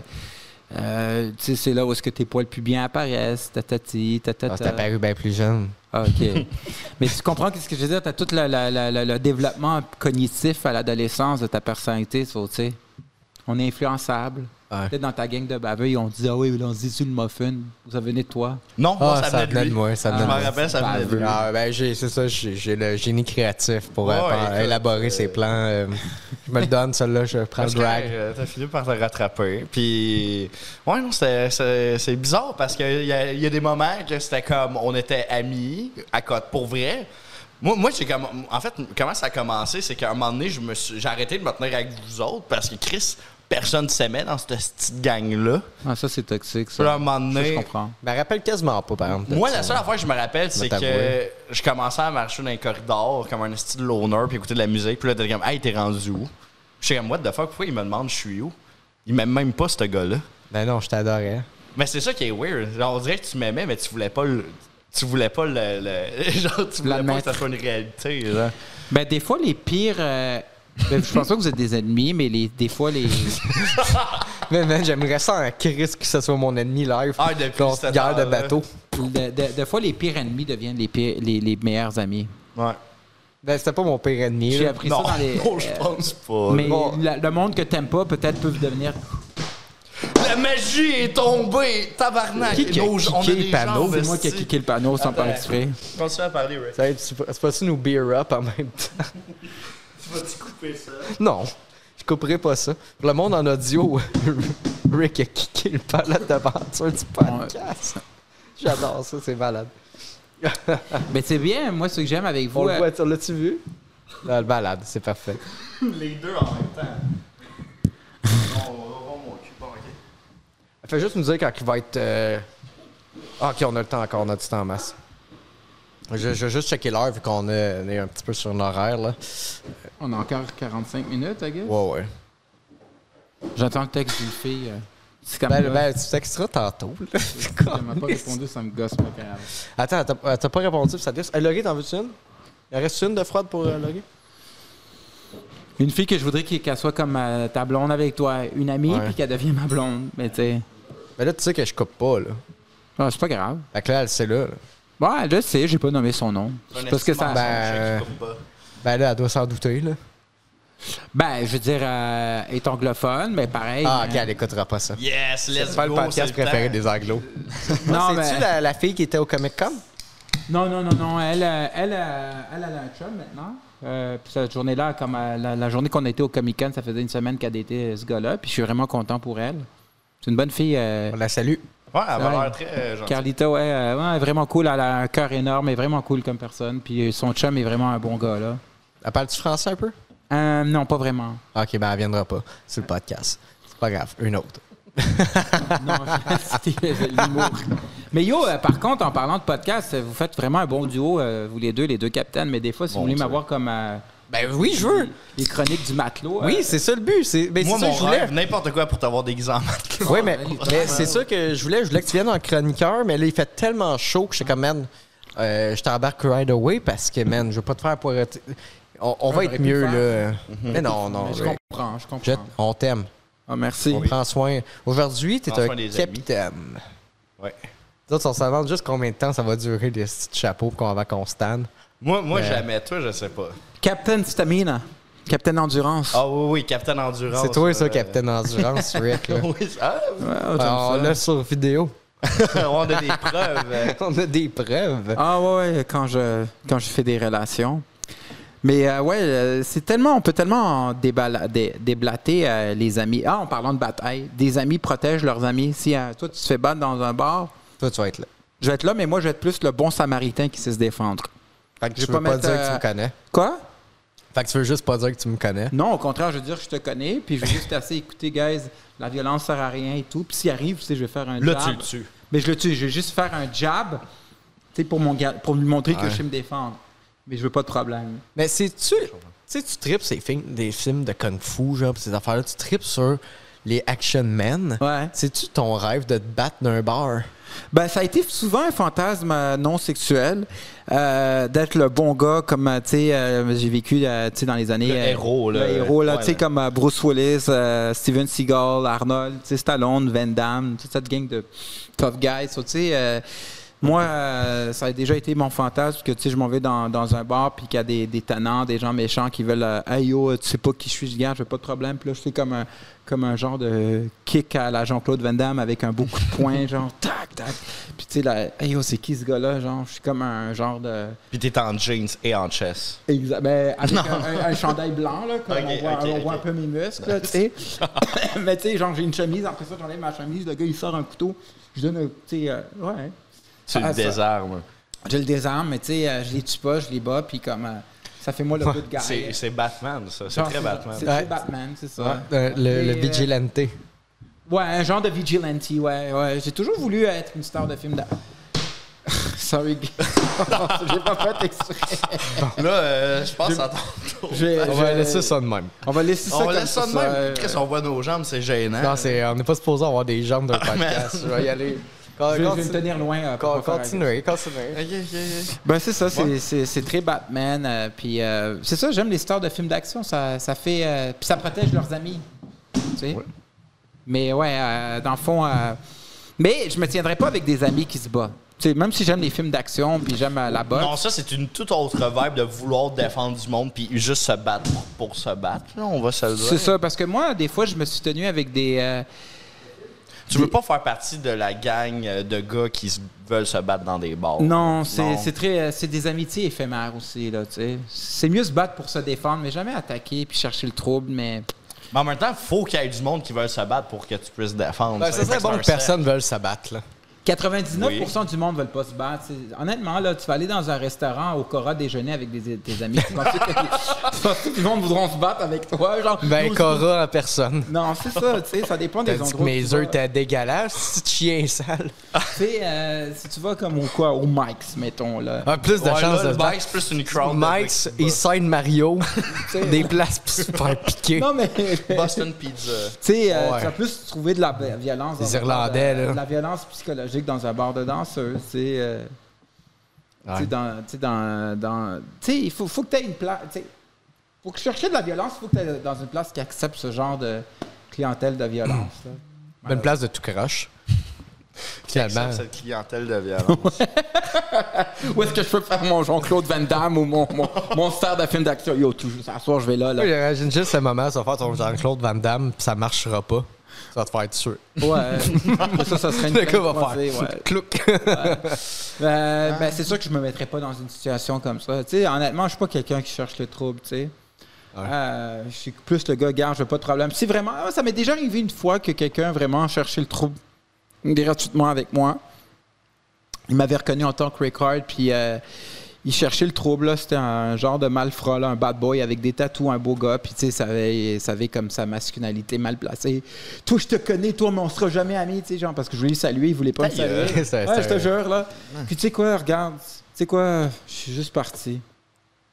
euh, tu sais, c'est là où est-ce que tes poils pubiens apparaissent, tatati,
Ah,
tatata.
euh,
T'as paru bien plus jeune.
Ah,
Ah, OK. Mais tu comprends ce que je veux dire? Tu as tout le, le- le- le- le développement cognitif à l'adolescence de ta personnalité. so, tu sais. On est influençable.
Ouais.
Peut-être dans ta gang de baveux, ils ont dit Ah oui, on se dit sur le muffin. Ça venait de toi.
Non, moi,
Ah,
ça, venait de lui.
moi, ça
Je
venait de
m'en
moi.
rappelle, ça venait de lui.
Ah, ben, j'ai- c'est ça, j'ai j'ai le génie créatif pour euh,
Ouais,
par-
écoute,
élaborer ses plans. euh, je me le donne, celle-là, je prends le
Parce que
drag.
euh, t'as fini par te rattraper. Puis, ouais, non, c'était- c'est c'est bizarre parce qu'il y, a- il y a des moments que c'était comme on était amis à côté pour vrai. Moi, moi j'ai comme. En fait, comment ça a commencé, c'est qu'à un moment donné, je me suis- j'ai arrêté de me tenir avec vous autres parce que Chris, personne ne s'aimait dans cette petite gang-là.
Ah, ça, c'est toxique.
Puis à
Ça.
un moment
Ça, je
donné.
comprends.
Je me rappelle quasiment pas, par exemple. de
Moi,
ça.
la seule affaire que je me rappelle, c'est que
t'avouer.
je commençais à marcher dans les corridors comme un style loner puis écouter de la musique. Puis là, t'es comme, hey, t'es rendu où? Je suis comme, what the fuck, pourquoi il me demande je suis où? Il m'aime même pas, ce gars-là.
Ben non, je t'adorais.
Mais c'est ça qui est weird. Genre, on dirait que tu m'aimais, mais tu voulais pas le. Tu voulais pas le. le- [laughs] genre, tu voulais pas que
L'admettre.
ça soit une réalité, genre.
Ben, des fois, les pires. euh, ben, je pense pas que vous êtes des ennemis, mais les, des fois, les.
Mais man, Ben, j'aimerais ça en crise que ce soit mon ennemi live.
Ah, depuis
Genre,
cette
guerre de
heure-là.
bateau.
de- de- des fois, les pires ennemis deviennent les, pires- les, les meilleurs amis.
Ouais.
Ben, c'était pas mon pire ennemi.
J'ai
là.
appris
non,
ça dans les.
[laughs]
euh,
non, je pense pas.
Mais
Bon.
la- le monde que t'aimes pas, peut-être, peut devenir.
La magie est tombée! Tabarnak!
Qui qui a
Nos- on a
kické le
des
panneau?
jambes,
C'est moi qui ai
esti.
kické le panneau sans pas
Attends.
exprès.
Continue à parler, Rick.
Ça, C'est pas- c'est pas ça nous beer up en même temps.
Tu vas-tu couper ça?
Non, je couperai pas ça. Pour le monde en audio, [laughs] Rick a kické le palette d'aventure du podcast. J'adore ça, c'est malade.
Mais c'est bien, moi, ce que j'aime avec vous.
On
euh,
le voit, tu l'as-tu vu? Dans le balade, c'est parfait.
[laughs] Les deux en même temps. Non, on va voir mon cul, bon, ok.
Fais juste nous dire quand il va être. euh, Ah, ok, on a le temps encore, on a du temps en masse. Je, je vais juste checker l'heure vu qu'on est, on est un petit peu sur l'horaire là.
On a encore 45 minutes, I guess.
Ouais, ouais.
J'entends le texte d'une fille. euh, C'est comme
Ben,
là,
ben, tu texteras tantôt. Là.
elle m'a pas répondu, ça me gosse, pas grave.
Attends, elle t'a- elle t'a pas répondu, puis ça te laisse. Hey, Euh, Laurie, t'en veux-tu une? Il en reste une de froide pour euh, Laurie?
Une fille que je voudrais qu'elle qu'elle soit comme euh, ta blonde avec toi, une amie,
Ouais.
puis qu'elle devienne ma blonde. Mais tu sais,
Mais Ben là, tu sais que je coupe pas, là.
ah, c'est pas grave.
Fait que là, elle sait là. là.
Bon, elle le sait, j'ai pas nommé son nom. Parce que ça.
ben,
Ben,
euh,
pas.
Ben là, elle doit s'en douter, là.
je veux dire, euh, elle est anglophone, mais pareil.
Ah,
euh,
ok, elle écoutera pas ça.
Yes, let's go.
C'est pas le podcast
c'est
préféré
temps.
des Anglos.
non,
C'est-tu
mais-
la, la fille qui était au Comic Con?
non, non, non, non, Elle, euh, elle, euh, elle, elle a un chum maintenant. Euh, puis cette journée-là, comme euh, la, la journée qu'on a été au Comic Con, ça faisait une semaine qu'elle était euh, ce gars-là. Puis je suis vraiment content pour elle. C'est une bonne fille. euh,
On la salue.
Ouais, elle va
Ouais.
l'air très euh, gentille.
Carlita, ouais, euh, ouais, elle est vraiment cool. Elle a un cœur énorme, elle est vraiment cool comme personne. Puis euh, son chum est vraiment un bon gars, là.
Elle parle-tu français un peu?
Euh, non, pas vraiment.
Ok, ben elle viendra pas. C'est le podcast. C'est pas grave, une autre.
Non, c'était l'humour. Mais yo, euh, par contre, en parlant de podcast, euh, vous faites vraiment un bon duo, euh, vous les deux, les deux capitaines. Mais des fois, si vous voulez m'avoir comme euh,
Ben oui, je veux.
les chroniques du matelot. euh,
Oui, c'est ça le but. C'est ben,
Moi,
c'est ça
mon
que je voulais.
rêve, n'importe quoi pour t'avoir déguisé en matelas.
Oui, mais, mais c'est ça que je voulais. Je voulais que tu viennes en chroniqueur, mais là, il fait tellement chaud que je suis comme, man, euh, je t'embarque right away parce que, man, je veux pas te faire poireter. On, on va
Ouais,
être
j'aurais pu
mieux,
le
là. Mais non,
mais
non.
je
là.
comprends, je
Je-
comprends.
on t'aime.
Ah, merci.
On prend soin. Aujourd'hui, t'es
Prends
un
soin des amis.
capitaine.
Ouais.
Nous autres, on se demande juste combien de temps ça va durer, les petits chapeaux qu'on va qu'on se tanne.
Moi, moi jamais. Toi, je sais pas.
Captain Stamina, Captain Endurance.
Ah oui, oui, Captain Endurance.
C'est toi,
euh,
ça, [laughs]
[laughs]
capitaine endurance, Rick. là.
oui, ça-
Ouais, Oh, j'aime
Ah,
ça.
on l'a sur vidéo. [laughs]
ah, on a des preuves. euh,
on a des preuves.
Ah ouais, ouais, quand je quand je fais des relations. Mais euh, ouais, euh, c'est tellement on peut tellement en déballa- dé- déblater euh, les amis. Ah, en parlant de bataille, des amis protègent leurs amis. Si euh, toi tu te fais battre dans un bar,
Toi, tu vas être là.
je vais être là, mais moi je vais être plus le bon Samaritain qui sait se défendre.
Fait que
Je
tu
vais
veux
pas
pas
mettre,
dire que
euh,
tu me connais.
Quoi
Fait que tu veux juste pas dire que tu me connais.
Non, au contraire, je veux dire je te connais, puis je vais juste assez écouter, guys, la violence sert à rien et tout. Puis s'il arrive, tu sais, je vais faire un
Là,
jab.
tu le tues.
Mais je le tue, je vais juste faire un jab, tu sais, pour mon gar- pour lui montrer que
Ouais.
je sais me défendre. Mais je veux pas de problème.
Mais c'est-tu. Tu sais, tu tripes ces films, des films de Kung Fu, genre, pis ces affaires-là. Tu tripes sur les Action Men.
Ouais.
C'est-tu ton rêve de te battre d'un bar?
Ben, ça a été souvent un fantasme euh, non sexuel euh, d'être le bon gars comme euh, tu sais euh, j'ai vécu euh, tu sais dans les années
Le héros, là.
le héros là
Ouais,
tu sais
ouais.
comme euh, Bruce Willis euh, Steven Seagal Arnold tu sais Stallone Van Damme toute cette gang de tough guys so, tu sais euh, moi, euh, ça a déjà été mon fantasme que tu sais, je m'en vais dans, dans un bar puis qu'il y a des, des tannants, des gens méchants qui veulent euh, Hey yo, tu sais pas qui je suis, je garde, j'ai pas de problème. Puis là, je suis comme un, comme un genre de kick à la Jean-Claude Van Damme avec un beau coup de poing, [laughs] genre tac, tac. Puis tu sais, là, Hey yo, c'est qui ce gars-là? Genre, je suis comme un genre de.
Puis t'es en jeans et en chess.
Exa- ben, avec un, un- un chandail blanc, là, comme
Ok,
on, voit,
ok,
on voit
ok.
un peu mes muscles, là, tu
[laughs]
sais. Mais tu sais, genre, j'ai une chemise, après ça, j'enlève ma chemise, le gars, il sort un couteau, je donne un. Tu sais, euh, ouais.
Tu
Ah,
le
ça-
désarmes.
Je le désarme, mais tu sais, euh, je les tue pas, je les bats, puis comme. euh, ça fait moi le coup de garde.
C'est c'est Batman, ça. C'est
Genre,
très Batman.
C'est
Ouais.
très Batman, c'est ça.
Euh, le, le
Et, euh,
vigilante.
Ouais, un genre de vigilante, ouais. ouais. J'ai toujours voulu être une star de film d'a- [laughs] Sorry, [laughs]
[laughs]
j'ai pas fait exprès.
Là, euh, je pense à ton tour.
J'ai-
On va
j'ai-
laisser ça de même.
On va laisser ça
On
comme
laisse ça de
euh,
même. Qu'est-ce qu'on voit nos jambes, c'est gênant.
Non, c'est, on n'est pas supposé avoir des jambes d'un
Ah,
podcast. Je vais y aller.
Je vais, je vais me tenir loin. euh, pour
Con-
pas faire
Continuez, continuez.
Ok, ok,
Ben c'est ça, c'est- c'est c'est très Batman. euh, puis euh, c'est ça, j'aime les stars de films d'action. Ça, ça fait, euh, puis ça protège leurs amis. Tu sais. Mais ouais, euh, dans le fond, euh, mais je me tiendrai pas avec des amis qui se battent. Tu sais, même si j'aime les films d'action, puis j'aime euh, la
ok.
boxe.
Non, ça, c'est une toute autre vibe de vouloir défendre du monde puis juste se battre pour se battre. Là, on va se le dire.
C'est ça, parce que moi, des fois, je me suis tenu avec des. euh,
Tu veux pas faire partie de la gang euh, de gars qui se- veulent se battre dans des bars.
Oh, non, c'est
Non.
c'est très, euh, c'est des amitiés éphémères aussi là. Tu sais, c'est mieux se battre pour se défendre, mais jamais attaquer puis chercher le trouble. Mais
Mais en même temps, faut qu'il y ait du monde qui veulent se battre pour que tu puisses défendre.
Ben, ça
Fait
serait
que
bon
c'est
que
un
personne ne veuille s'abattre. là.
99 du monde ne veulent pas se battre. C'est- Honnêtement, là, tu vas aller dans un restaurant au Cora déjeuner avec des, tes amis. Tu penses que tu penses que tout le monde voudront se battre avec toi? Genre,
Ben,
nous-
Cora en personne.
Non, c'est ça, tu sais, ça dépend des
T'as dit
endroits.
que mes
où tu
œufs
vas.
étaient dégueulasses, petit chien sale.
Tu sais, euh, si tu vas comme au quoi, au Mike's, mettons, là.
Un plus de
Ouais,
chance
là,
de
le
battre.
Mike, c'est plus une crowd. de-
Mike's,
de- [laughs]
Eastside Mario, des places pour se faire piquer.
Non,
[laughs]
mais. tu
Boston Pizza.
sais, euh,
Ouais.
tu vas plus trouver de la ba- violence. dans
Les
un bar de-
Irlandais, là.
De la violence psychologique dans un bar de danseurs, tu sais. euh, Tu sais,
Ouais.
dans. Tu sais, dans, dans- tu sais, il faut, faut que tu aies une place. Tu sais, pour chercher de la violence, il faut que tu aies dans une place qui accepte ce genre de clientèle de violence. là.
Bonne place de tout croche. Finalement. Ben.
Accepte cette clientèle de
[laughs]
violence.
Où est-ce que je peux faire mon Jean-Claude Van Damme ou mon, mon, mon star de film d'action? Yo, tout, à soir, je vais là. là.
Moi, J'imagine juste le moment, ça va faire ton Jean-Claude Van Damme, puis ça marchera pas. Ça va te faire tuer.
Ouais. ça, ça serait une
Le gars
plainte
va [laughs]
croisée,
faire.
ouais.
Clouc.
Euh, ben, c'est sûr que je me mettrais pas dans une situation comme ça. Tu sais, honnêtement, je suis pas quelqu'un qui cherche le trouble, tu sais. Euh, je suis plus le gars, garde, je veux pas de problème. Si vraiment, ah, ça m'est déjà arrivé une fois que quelqu'un vraiment cherchait le trouble gratuitement avec moi. Il m'avait reconnu en tant que Ricard, puis euh, il cherchait le trouble. là. C'était un genre de malfrat, là, un bad boy avec des tatous, un beau gars, puis tu sais, ça avait, ça avait comme sa masculinité mal placée. Toi, je te connais, toi, mais on sera jamais amis, tu sais, genre, parce que je voulais le saluer, il voulait pas me
Ta gueule.
saluer.
C'est- c'est
Ouais,
un- Ah.
je te jure, là. Puis tu sais quoi, regarde, tu sais quoi, je suis juste parti. Tu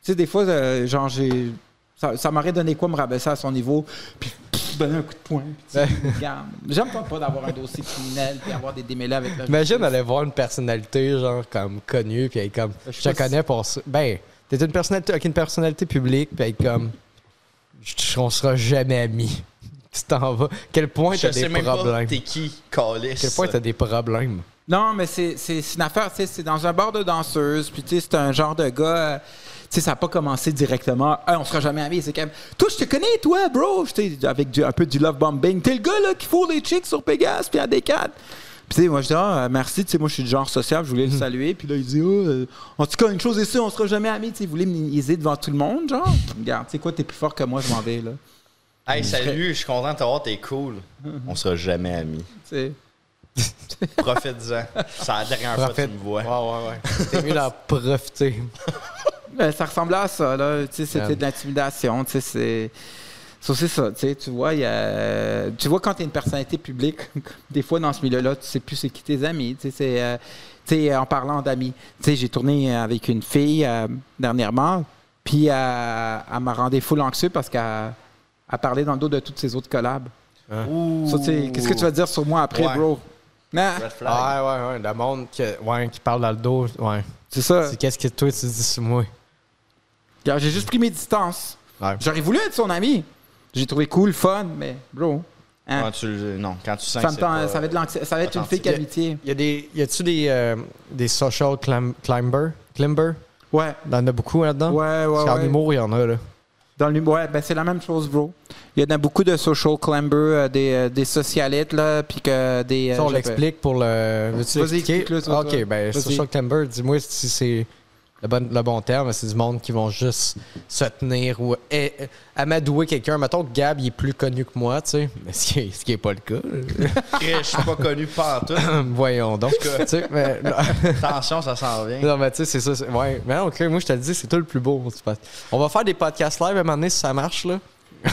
sais, des fois, euh, genre, j'ai. Ça, ça m'aurait donné quoi me rabaisser à son niveau, puis pff, donner un coup de poing. puis tu sais, regarde. J'aime pas, pas d'avoir un dossier criminel, puis avoir des démêlés avec la
Imagine
justice.
aller voir une personnalité, genre, comme connue, puis elle est comme,
Je sais
je, te
pas si-
connais pour ça. Ben, t'es une personnalité, avec une personnalité publique, puis elle est comme, je- on sera jamais amis. [laughs] Tu t'en vas. Quel point
Je
t'as
sais
des
même pas
problèmes.
t'es qui, Calis.
Quel point t'as des problèmes.
Non, mais c'est c'est- c'est une affaire, tu sais, c'est dans un bar de danseuses, puis tu sais, c'est un genre de gars, euh, tu sais, ça n'a pas commencé directement, Hey, on sera jamais amis, c'est quand même, toi, je te connais, toi, bro, Tu sais, avec du- un peu du love bombing, t'es le gars, là, qui fourre les chicks sur Pégase, puis à des cadres. Puis tu sais, moi, je dis, ah, euh, merci, tu sais, moi, je suis du genre sociable, je voulais le saluer, puis là, il dit, Ah, euh, en tout cas, une chose est sûre, on sera jamais amis, tu sais, il voulait me niaiser devant tout le monde, genre, regarde, tu sais quoi, t'es plus fort que moi, je m'en vais, là,
Hey, salut, je suis content de t'avoir, t'es cool.
[laughs]
On sera jamais amis.
tu sais.
Profite-en. C'est la dernière fois que tu
Profite.
me vois.
ouais, ouais. T'es mieux d'en [laughs] profiter.
Ben, ça ressemblait à ça, là. Tu sais, c'était
Yeah.
de l'intimidation. Tu sais, c'est. Ça, c'est ça. Tu sais, tu vois, il y a- tu vois, quand tu es une personnalité publique, [laughs] des fois, dans ce milieu-là, tu sais plus c'est qui tes amis. Tu sais, c'est, euh, tu sais, en parlant d'amis, tu sais, j'ai tourné avec une fille euh, dernièrement, puis euh, elle m'a rendu full anxieux parce qu'elle a parlé dans le dos de toutes ses autres collabs.
Ouh.
Ça, tu sais, Qu'est-ce que tu vas dire sur moi après,
Ouais.
bro? Ah,
Red flag.
Ouais, ouais, ouais. Le monde que- ouais, qui parle dans le dos, ouais.
c'est ça.
C'est qu'est-ce que toi tu dis sur moi?
Regarde, J'ai juste pris mes distances.
Ouais.
J'aurais voulu être son ami. J'ai trouvé cool, fun, mais bro. hein,
Quand tu le- non, quand tu
ça,
sens que
me
c'est
tend-
pas-
ça va être, de l'anxi- ça va être une fille
authentique.
qu'amitié.
Y a des, y a-tu des, euh, des social clim- climber, climber?
Ouais.
Il y en a beaucoup là-dedans?
Ouais, ouais,
Hein? Parce qu'en
ouais.
humour, il y en a, là.
Dans l'humour, ouais, ben c'est la même chose, bro. Il y en a beaucoup de social climbers, euh, des, euh, des socialites, là, puis que des. euh,
Ça, on
je sais pas.
l'explique pour le. Veux-tu
Vas-y,
l'expliquer?
explique-le, toi,
Ah,
toi.
ok, ben,
Vas-y.
social climber, dis-moi si c'est le bon, le bon terme. C'est du monde qui vont juste se tenir ou eh, eh, amadouer quelqu'un. Mettons que Gab, il est plus connu que moi, tu sais. Mais ce qui est, ce qui est pas le cas. [laughs]
Chris, je suis pas connu pantoute.
Voyons donc. tu sais, mais, non, [laughs]
Attention, ça s'en vient.
non, mais tu sais, c'est ça. c'est- Ouais. Mais non, ok, moi, je te le dis, c'est tout le plus beau. tu penses. On va faire des podcasts live à un moment donné si ça marche, là.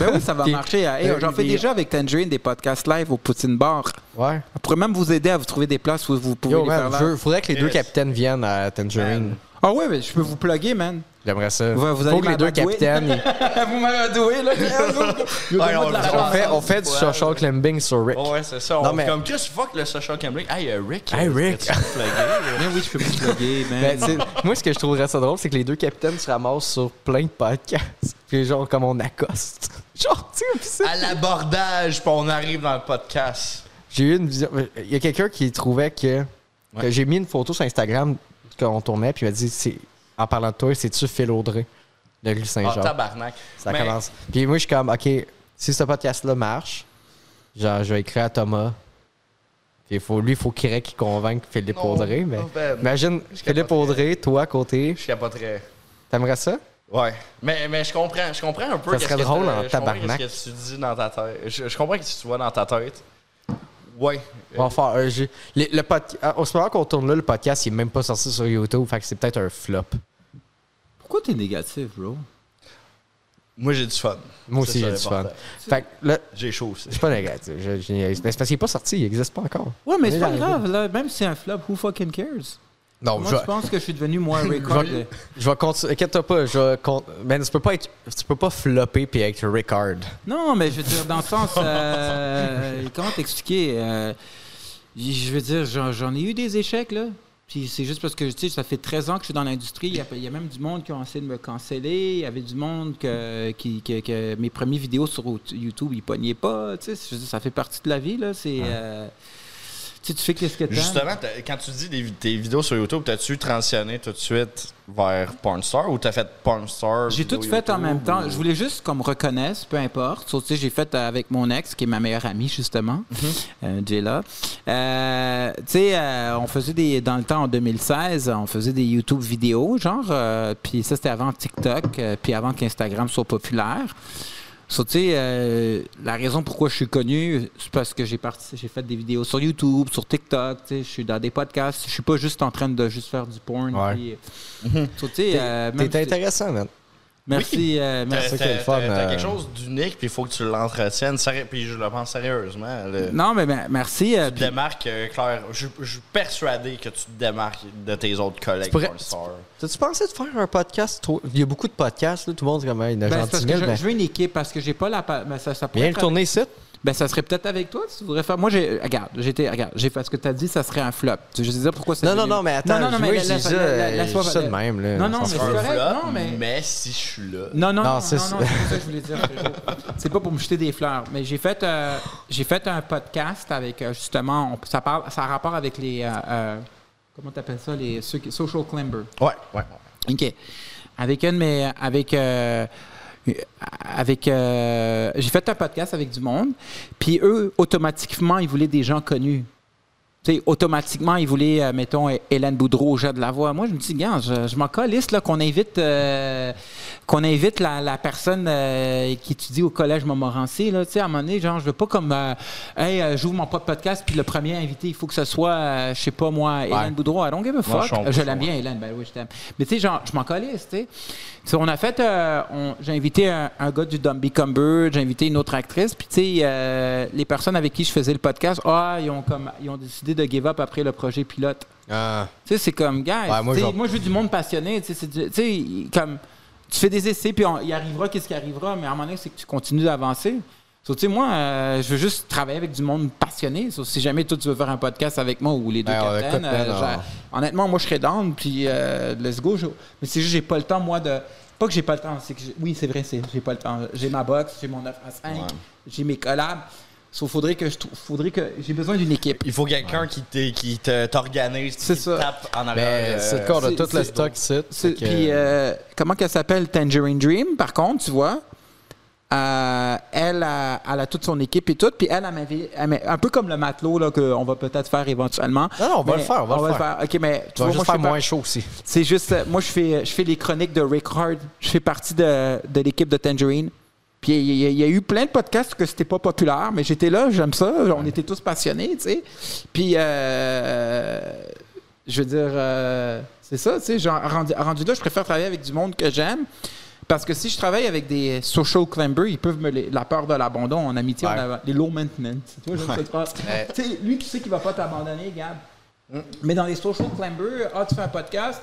Ben oui, ça va
[laughs] Des-
marcher. hein. Hey,
des-
J'en fais
des-
déjà avec Tangerine des podcasts live au Poutine Bar.
Ouais.
On pourrait même vous aider à vous trouver des places où vous pouvez
Yo,
les
man,
faire
je
live.
veux- faudrait que les deux
Yes.
capitaines viennent à Tangerine.
Man.
Ah ouais, mais je peux vous plugger, man.
J'aimerais ça.
Vous- vous allez
Faut que les deux
m'abadouer.
capitaines. ils-
[laughs] vous m'avez doué, là. [laughs] Yo,
Ouais,
donne-moi
on
de la
le fait.
on,
chance.
fait, on fait du
Ouais.
social climbing sur Rick.
Ouais, ouais, c'est ça.
Non,
on,
mais-
Comme que fuck le social gambling. Hey, euh, Rick.
Hey,
euh,
Rick.
est-ce que tu peux plugger, là?
Ben oui, je peux vous plugger, man.
Ben, c'est- moi, ce que je trouverais ça drôle, c'est que les deux capitaines se ramassent sur plein de podcasts. Puis genre, comme on accoste. [laughs] Genre, tu sais, pis ça-
à l'abordage, puis on arrive dans le podcast.
J'ai eu une vision. Il y a quelqu'un qui trouvait que. que J'ai mis une photo sur Instagram qu'on tournait, puis il m'a dit c'est- en parlant de toi, c'est-tu Phil Audrey de Rue
Ah,
Saint-Jean
tabarnak.
Ça
Mais-
commence. Puis moi, je suis comme, OK, si ce podcast-là marche, genre, je vais écrire à Thomas. Puis il faut, lui, faut qu'il ré- qu'il convainque Philippe
Non,
Audrey. Mais
non, Ben.
imagine,
Je
Philippe
capoterais.
Audrey, toi, à côté,
Je capoterais.
t'aimerais ça?
Ouais. Mais, mais je comprends, je comprends un peu.
Ça
qu'est-ce
serait
que
drôle
t'as- je
en
comprends
tabarnak.
qu'est-ce que tu dis dans ta tête. Je, je comprends ce que tu vois dans ta tête. Ouais.
On va faire un jeu. Le, le pod- à- Au moment qu'on tourne là, le podcast, il est même pas sorti sur YouTube. Fait que c'est peut-être un flop.
Pourquoi t'es négatif, bro?
Moi, j'ai du fun.
Moi
C'est
aussi,
ça,
j'ai du fun.
l'important.
Fait que là,
J'ai chaud aussi.
je suis pas négatif. Je- je- mais c'est parce qu'il est pas sorti, il existe pas encore.
Ouais, mais
On
c'est
est
pas
arrivé.
grave, là. Même si c'est un flop, who fucking cares?
Non,
Moi,
je,
Oh, je pense que je suis devenu [laughs] moins record.
je vais, je vais continuer. Inquiète-toi pas, je vais con- Man, tu peux pas être. Tu peux pas flopper puis être Ricard.
Non, mais je veux dire, dans le sens. euh, comment t'expliquer? euh, j- je veux dire, j'en, j'en ai eu des échecs, là. Puis c'est juste parce que, tu sais, ça fait 13 ans que je suis dans l'industrie. Il y a, il y a même du monde qui ont essayé de me canceller. Il y avait du monde que, qui, que, que mes premières vidéos sur YouTube, ils pognaient pas. Tu sais, je veux dire, ça fait partie de la vie, là. C'est. euh, tu sais, tu fais qu'est-ce que t'aimes.
Justement, t'as- quand tu dis des vi- tes vidéos sur YouTube, t'as-tu transitionné tout de suite vers Pornstar ou t'as fait Pornstar?
J'ai tout
vidéo
fait en
YouTube
même temps.
ou-
Je voulais juste qu'on me reconnaisse, peu importe. Sauf, tu sais, j'ai fait avec mon ex, qui est ma meilleure amie, justement, euh, Jayla. Euh, tu sais, euh, on faisait des. Dans le temps, en 2016, on faisait des YouTube vidéos, genre. euh, puis ça, c'était avant TikTok, euh, puis avant qu'Instagram soit populaire. So, tu sais, euh, la raison pourquoi je suis connu, c'est parce que j'ai parti, j'ai fait des vidéos sur YouTube, sur TikTok, tu sais, je suis dans des podcasts, je suis pas juste en train de juste faire du porn.
Ouais.
puis- So, tu sais, euh, même
T'es
si-
intéressant, man.
Merci, euh,
T'as
merci.
ça qui est
t'as-
le fun,
t'as- t'as
euh,
quelque chose d'unique, puis il faut que tu l'entretiennes. Sérieux- Puis je le pense sérieusement. là.
Non, mais ben, merci. euh,
Tu te
puis-
démarques, euh, Claire. Je je suis persuadé que tu te démarques de tes autres collègues
pourrais-
Pornstar.
T'as-tu pensé de faire un podcast? toi? Il y a beaucoup de podcasts, là, tout le monde dit comme hey, il y en a
ben,
genre
c'est parce
10
que
000,
je,
ben,
je veux une équipe parce que j'ai pas la. pa- ben, ça, ça pourrait
Viens le
être-
tourner ici.
ben, ça serait peut-être avec toi si tu voudrais faire. Moi, j'ai. Regarde, j'étais. Regarde, j'ai fait ce que tu as dit, ça serait un flop. Je veux dire pourquoi ça.
Non, non, non, mais attends,
Non, non, non,
je
mais
veux,
la-
je
la-
dis
la-
ça,
la- la-
je
sois-
dis ça de même, là.
Non, non,
Ça
mais
se
c'est
Un
fait.
correct.
flop,
Non, mais.
mais si je suis là.
Non, non, non,
Non,
non,
c'est-
non, c'est pas ça que je voulais dire. frérot. C'est pas pour me jeter des fleurs, mais j'ai fait, euh, j'ai fait un podcast avec, euh, justement, on- ça, parle, ça a rapport avec les, euh, euh, comment t'appelles ça, les ceux qui- social climber.
Ouais, ouais.
OK. Avec une, mais avec. euh, avec euh, j'ai fait un podcast avec du monde, puis eux, automatiquement, ils voulaient des gens connus. Tu sais, automatiquement, ils voulaient, euh, mettons, Hé- Hélène Boudreau, Jade de la voix. Moi, je me dis, gars, je, je m'en calisse, là, qu'on invite, euh, qu'on invite la, la personne euh, qui étudie au collège Montmorency, là, tu sais, à un moment donné, genre, je veux pas comme, euh, hey, euh, j'ouvre mon propre podcast, puis le premier invité, il faut que ce soit, euh, je sais pas, moi, Hélène Boudreau. I don't give a
Moi, je
fuck.
comprends.
je l'aime bien, Hélène, ben oui, je t'aime. Mais tu sais, genre, je m'en calisse, tu sais. Tu sais, on a fait, euh, on- j'ai invité un, un gars du Dumby Cumber, j'ai invité une autre actrice, puis tu sais, euh, les personnes avec qui je faisais le podcast, ah, ils ont comme, ils ont décidé de give up après le projet pilote.
Ah.
Tu sais, c'est comme, gars,
Ouais, moi,
tu sais,
genre-
moi, je veux du monde passionné. Tu sais, c'est du- tu sais, comme, tu fais des essais, puis on- il arrivera qu'est-ce qui arrivera, mais à un moment donné, c'est que tu continues d'avancer. So, tu sais, moi, euh, je veux juste travailler avec du monde passionné. So, si jamais toi, tu veux faire un podcast avec moi ou les deux
Ben, on
captaines,
écoute, ben,
euh,
on-
genre, honnêtement, moi, je serais down, puis euh, let's go. je- Mais c'est juste j'ai pas le temps, moi, de... Pas que j'ai pas le temps, c'est que... j'ai- Oui, c'est vrai, c'est j'ai pas le temps. J'ai ma box, j'ai mon 9 à 5,
Ouais.
j'ai mes collabs. So, faudrait que je... trou- Faudrait que... J'ai besoin d'une équipe.
Il faut quelqu'un qui t'é- qui te- t'organise, qui
C'est ça.
te tape en arrière. euh,
Ben, c'est le corps de
c'est-
tout
c'est-
le stock ici.
C'est-
Fait que-
Puis, euh, comment qu'elle s'appelle? Tangerine Dream, par contre, tu vois. Euh, elle, a, elle a toute son équipe et tout. Puis elle, elle m'avait- elle m'a- un peu comme le matelot là, qu'on va peut-être faire éventuellement.
Non, non, on va
Mais
le faire, on va le faire.
OK, mais tu
Tu
vois,
vas
moi,
juste
je fais
faire
pas-
moins chaud aussi.
c'est juste, euh, moi, je fais, je fais les chroniques de Rick Hard. Je fais partie de, de l'équipe de Tangerine. Puis il y, a- il y a eu plein de podcasts que c'était pas populaire, mais j'étais là, j'aime ça. On était tous passionnés, tu sais. Puis, euh, je veux dire, euh, c'est ça, tu sais. genre, Rendu, rendu là, je préfère travailler avec du monde que j'aime. Parce que si je travaille avec des social climbers, ils peuvent me les- la peur de l'abandon en amitié,
Ouais.
on a les low maintenance. Tu vois, j'aime cette phrase. Tu sais, lui, tu sais qu'il va pas t'abandonner, Gab. Mais dans les social climbers, ah, tu fais un podcast,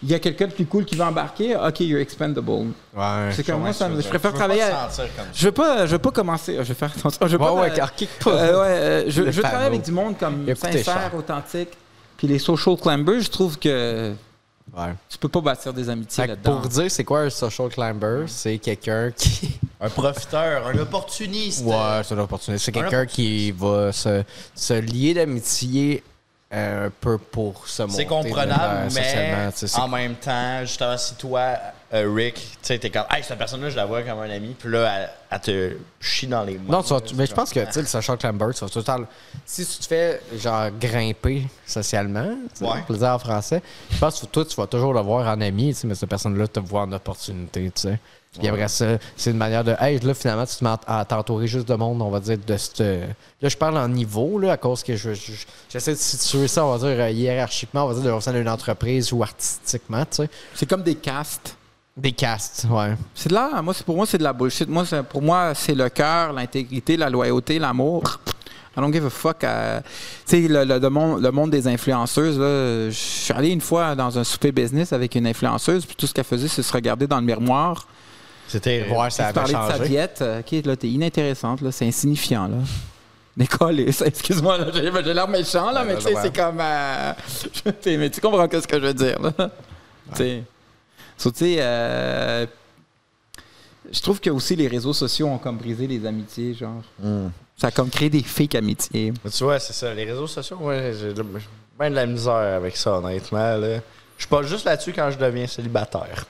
il y a quelqu'un de plus cool qui va embarquer, ok, you're expendable.
Ouais.
C'est comme moi, ça me- je
veux
préfère
pas
travailler.
te
à-
sentir comme ça.
Je veux pas, je veux pas commencer. Je vais faire attention. Je veux pas.
Ouais, ouais,
euh,
car kick pas.
euh, ouais, euh, je,
Le
je veux travailler
fameux.
avec du monde
Il
comme
a coûté
sincère,
cher.
authentique. Puis les social climbers, je trouve que
Ouais.
tu peux pas bâtir des amitiés
Fait que
là-dedans.
pour dire c'est quoi un social climber, c'est quelqu'un
[laughs]
qui.
Un profiteur, un opportuniste. euh,
Ouais, c'est une opportunité. C'est
Un
quelqu'un qui va se, se lier d'amitié euh, un peu pour se monter.
C'est comprenable,
euh, socialement,
mais
tu sais, c'est-
en même temps, justement, si toi, euh, Rick, tu sais, t'es comme, hey, cette personne-là, je la vois comme un ami, puis là, elle, elle te chie dans les mains.
Non, tu vas- mais je pense que tu sais, le social climber, tu vas tout le temps- Si tu te fais genre grimper socialement, tu sais,
Ouais.
pour le dire en français, je pense que toi, tu vas toujours le voir en ami, tu sais, mais cette personne-là te voit en opportunité. tu sais. Puis après ça, c'est une manière de Hey, là, finalement, tu te mets à à t'entourer juste de monde, on va dire, de cette. Là, je parle en niveau, là, à cause que je, je- j'essaie de situer ça, on va dire, euh, hiérarchiquement, on va dire, au sein d'une entreprise ou artistiquement, tu sais.
C'est comme des castes.
Des castes, ouais.
C'est de là, moi, c'est- pour moi, c'est de la bullshit. Moi, c'est- pour moi, c'est le cœur, l'intégrité, la loyauté, l'amour. I don't give a fuck. euh, tu sais, le, le- le monde, le monde des influenceuses, là, je suis allé une fois dans un souper business avec une influenceuse, puis tout ce qu'elle faisait, c'est se regarder dans le miroir,
C'était voir ça
puis
avait
parler de sa
changé.
diète. euh, OK, là, t'es inintéressante, là, c'est insignifiant, là. Décollé, ça, excuse-moi, là, j'ai j'ai l'air méchant, là, mais tu sais, c'est comme. euh, [laughs] je- t'sais, mais tu comprends que ce que je veux dire, là. Tu sais. So, tu sais, euh, je trouve que aussi les réseaux sociaux ont comme brisé les amitiés, genre.
Hmm.
Ça a comme créé des fake amitiés.
Mais tu vois, c'est ça. Les réseaux sociaux, moi, j'ai de- j'ai bien de la misère avec ça, honnêtement. là. Je suis pas juste là-dessus quand je deviens célibataire.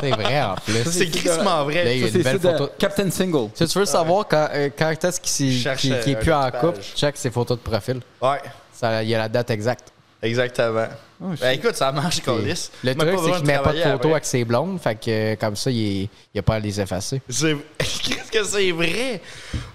C'est vrai, en plus.
C'est crissement
Là, il y
Ça,
vrai.
a une
c'est ça
belle
de
photo.
Captain Single.
Si tu veux savoir quand, euh, quand est-ce qu'il
Cherche,
qu'il- qu'il est
euh,
plus
un
en
petit
couple,
page.
check ses photos de profil.
Ouais,
Ça, il y a la date exacte.
exactement.
Oh,
Ben, écoute, ça marche, Colis.
Le truc, c'est qu'il met pas de photos
photo
avec ses blondes, fait que euh, comme ça, il, est- il a pas à les effacer.
[laughs] Qu'est-ce que c'est vrai?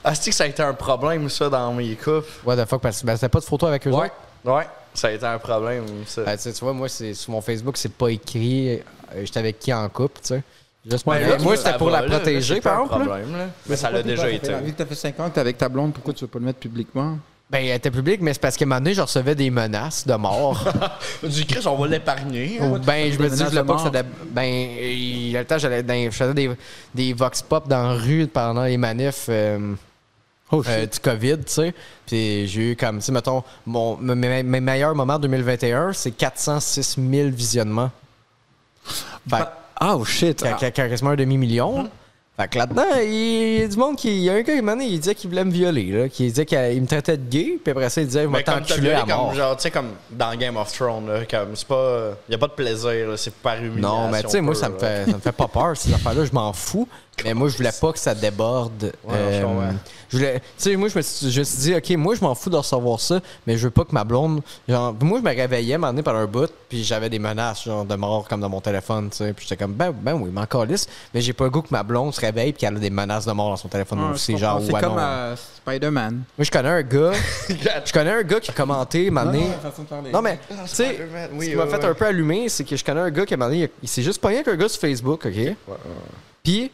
Est-ce que ça a été un problème, ça, dans mes couples?
What the fuck, parce que ben, c'était pas de photos avec eux
Ouais.
autres.
Ouais, ça a été un problème, ça.
Ben, tu sais, tu vois, moi, c'est sur mon Facebook, c'est pas écrit euh, j'étais avec qui en couple, tu sais. Juste pour-
là,
moi,
ça
c'était pour
va,
la
là,
protéger,
c'est pas
par
un
exemple. là.
problème, là. Mais ça l'a déjà été.
Vu que t'as fait 5 ans que t'es avec ta blonde, pourquoi tu veux pas le mettre publiquement?
Ben, elle était publique, mais c'est parce qu'à un moment donné, je recevais des menaces de mort.
[laughs] Du Christ, on va l'épargner. hein.
Ou ben, je me dis, je voulais
menaces de
pas que ça.
mort.
dé- Ben, il y a le temps, j'allais dans- je faisais des, des vox pop dans la rue pendant les manifs euh,
Oh,
euh, du COVID, tu sais. Puis j'ai eu comme, tu sais, mettons, mon, mes- mes, mes meilleurs moments 2021, c'est 406 000 visionnements. Fait
Bah,
que-
Ah, oh shit!
qui a- qui a- qui a quasiment un demi-million.
Hum.
Fait que là-dedans, il y a du monde qui. Il y a un gars, il, il disait qu'il voulait me violer, là, qui disait qu'il me traitait de gay, puis après ça, il disait, il m'a
Mais comme t'as
t'enculé
violé,
à mort.
comme genre, tu sais, comme dans Game of Thrones, là, comme c'est pas. Y a pas de plaisir, là, c'est par humiliation.
Non, mais tu sais, moi,
pure,
ça me,
là.
fait, ça me fait pas peur, ces affaires-là, je m'en fous. Mais moi, je voulais pas que ça déborde. euh,
je comprends.
je voulais- tu sais, moi, je me, suis, je me suis dit, OK, moi, je m'en fous de recevoir ça, mais je veux pas que ma blonde. Genre, moi, je me réveillais, m'en par un bout, puis j'avais des menaces, genre, de mort, comme dans mon téléphone, tu sais. Puis j'étais comme, ben, ben oui, m'en calisse, mais j'ai pas le goût que ma blonde se réveille, puis qu'elle a des menaces de mort dans son téléphone
Ah,
aussi,
je
genre,
comprends.
ouais,
c'est comme
non.
euh, Spider-Man.
Moi, je connais un gars. je connais un gars qui a commenté, m'a donné- non, mais, tu sais,
Spider-Man,
ce
oui,
qui
oui,
m'a fait
oui.
un peu allumer, c'est que je connais un gars qui a demandé, il s'est juste pogné avec un gars sur Facebook, OK? Puis,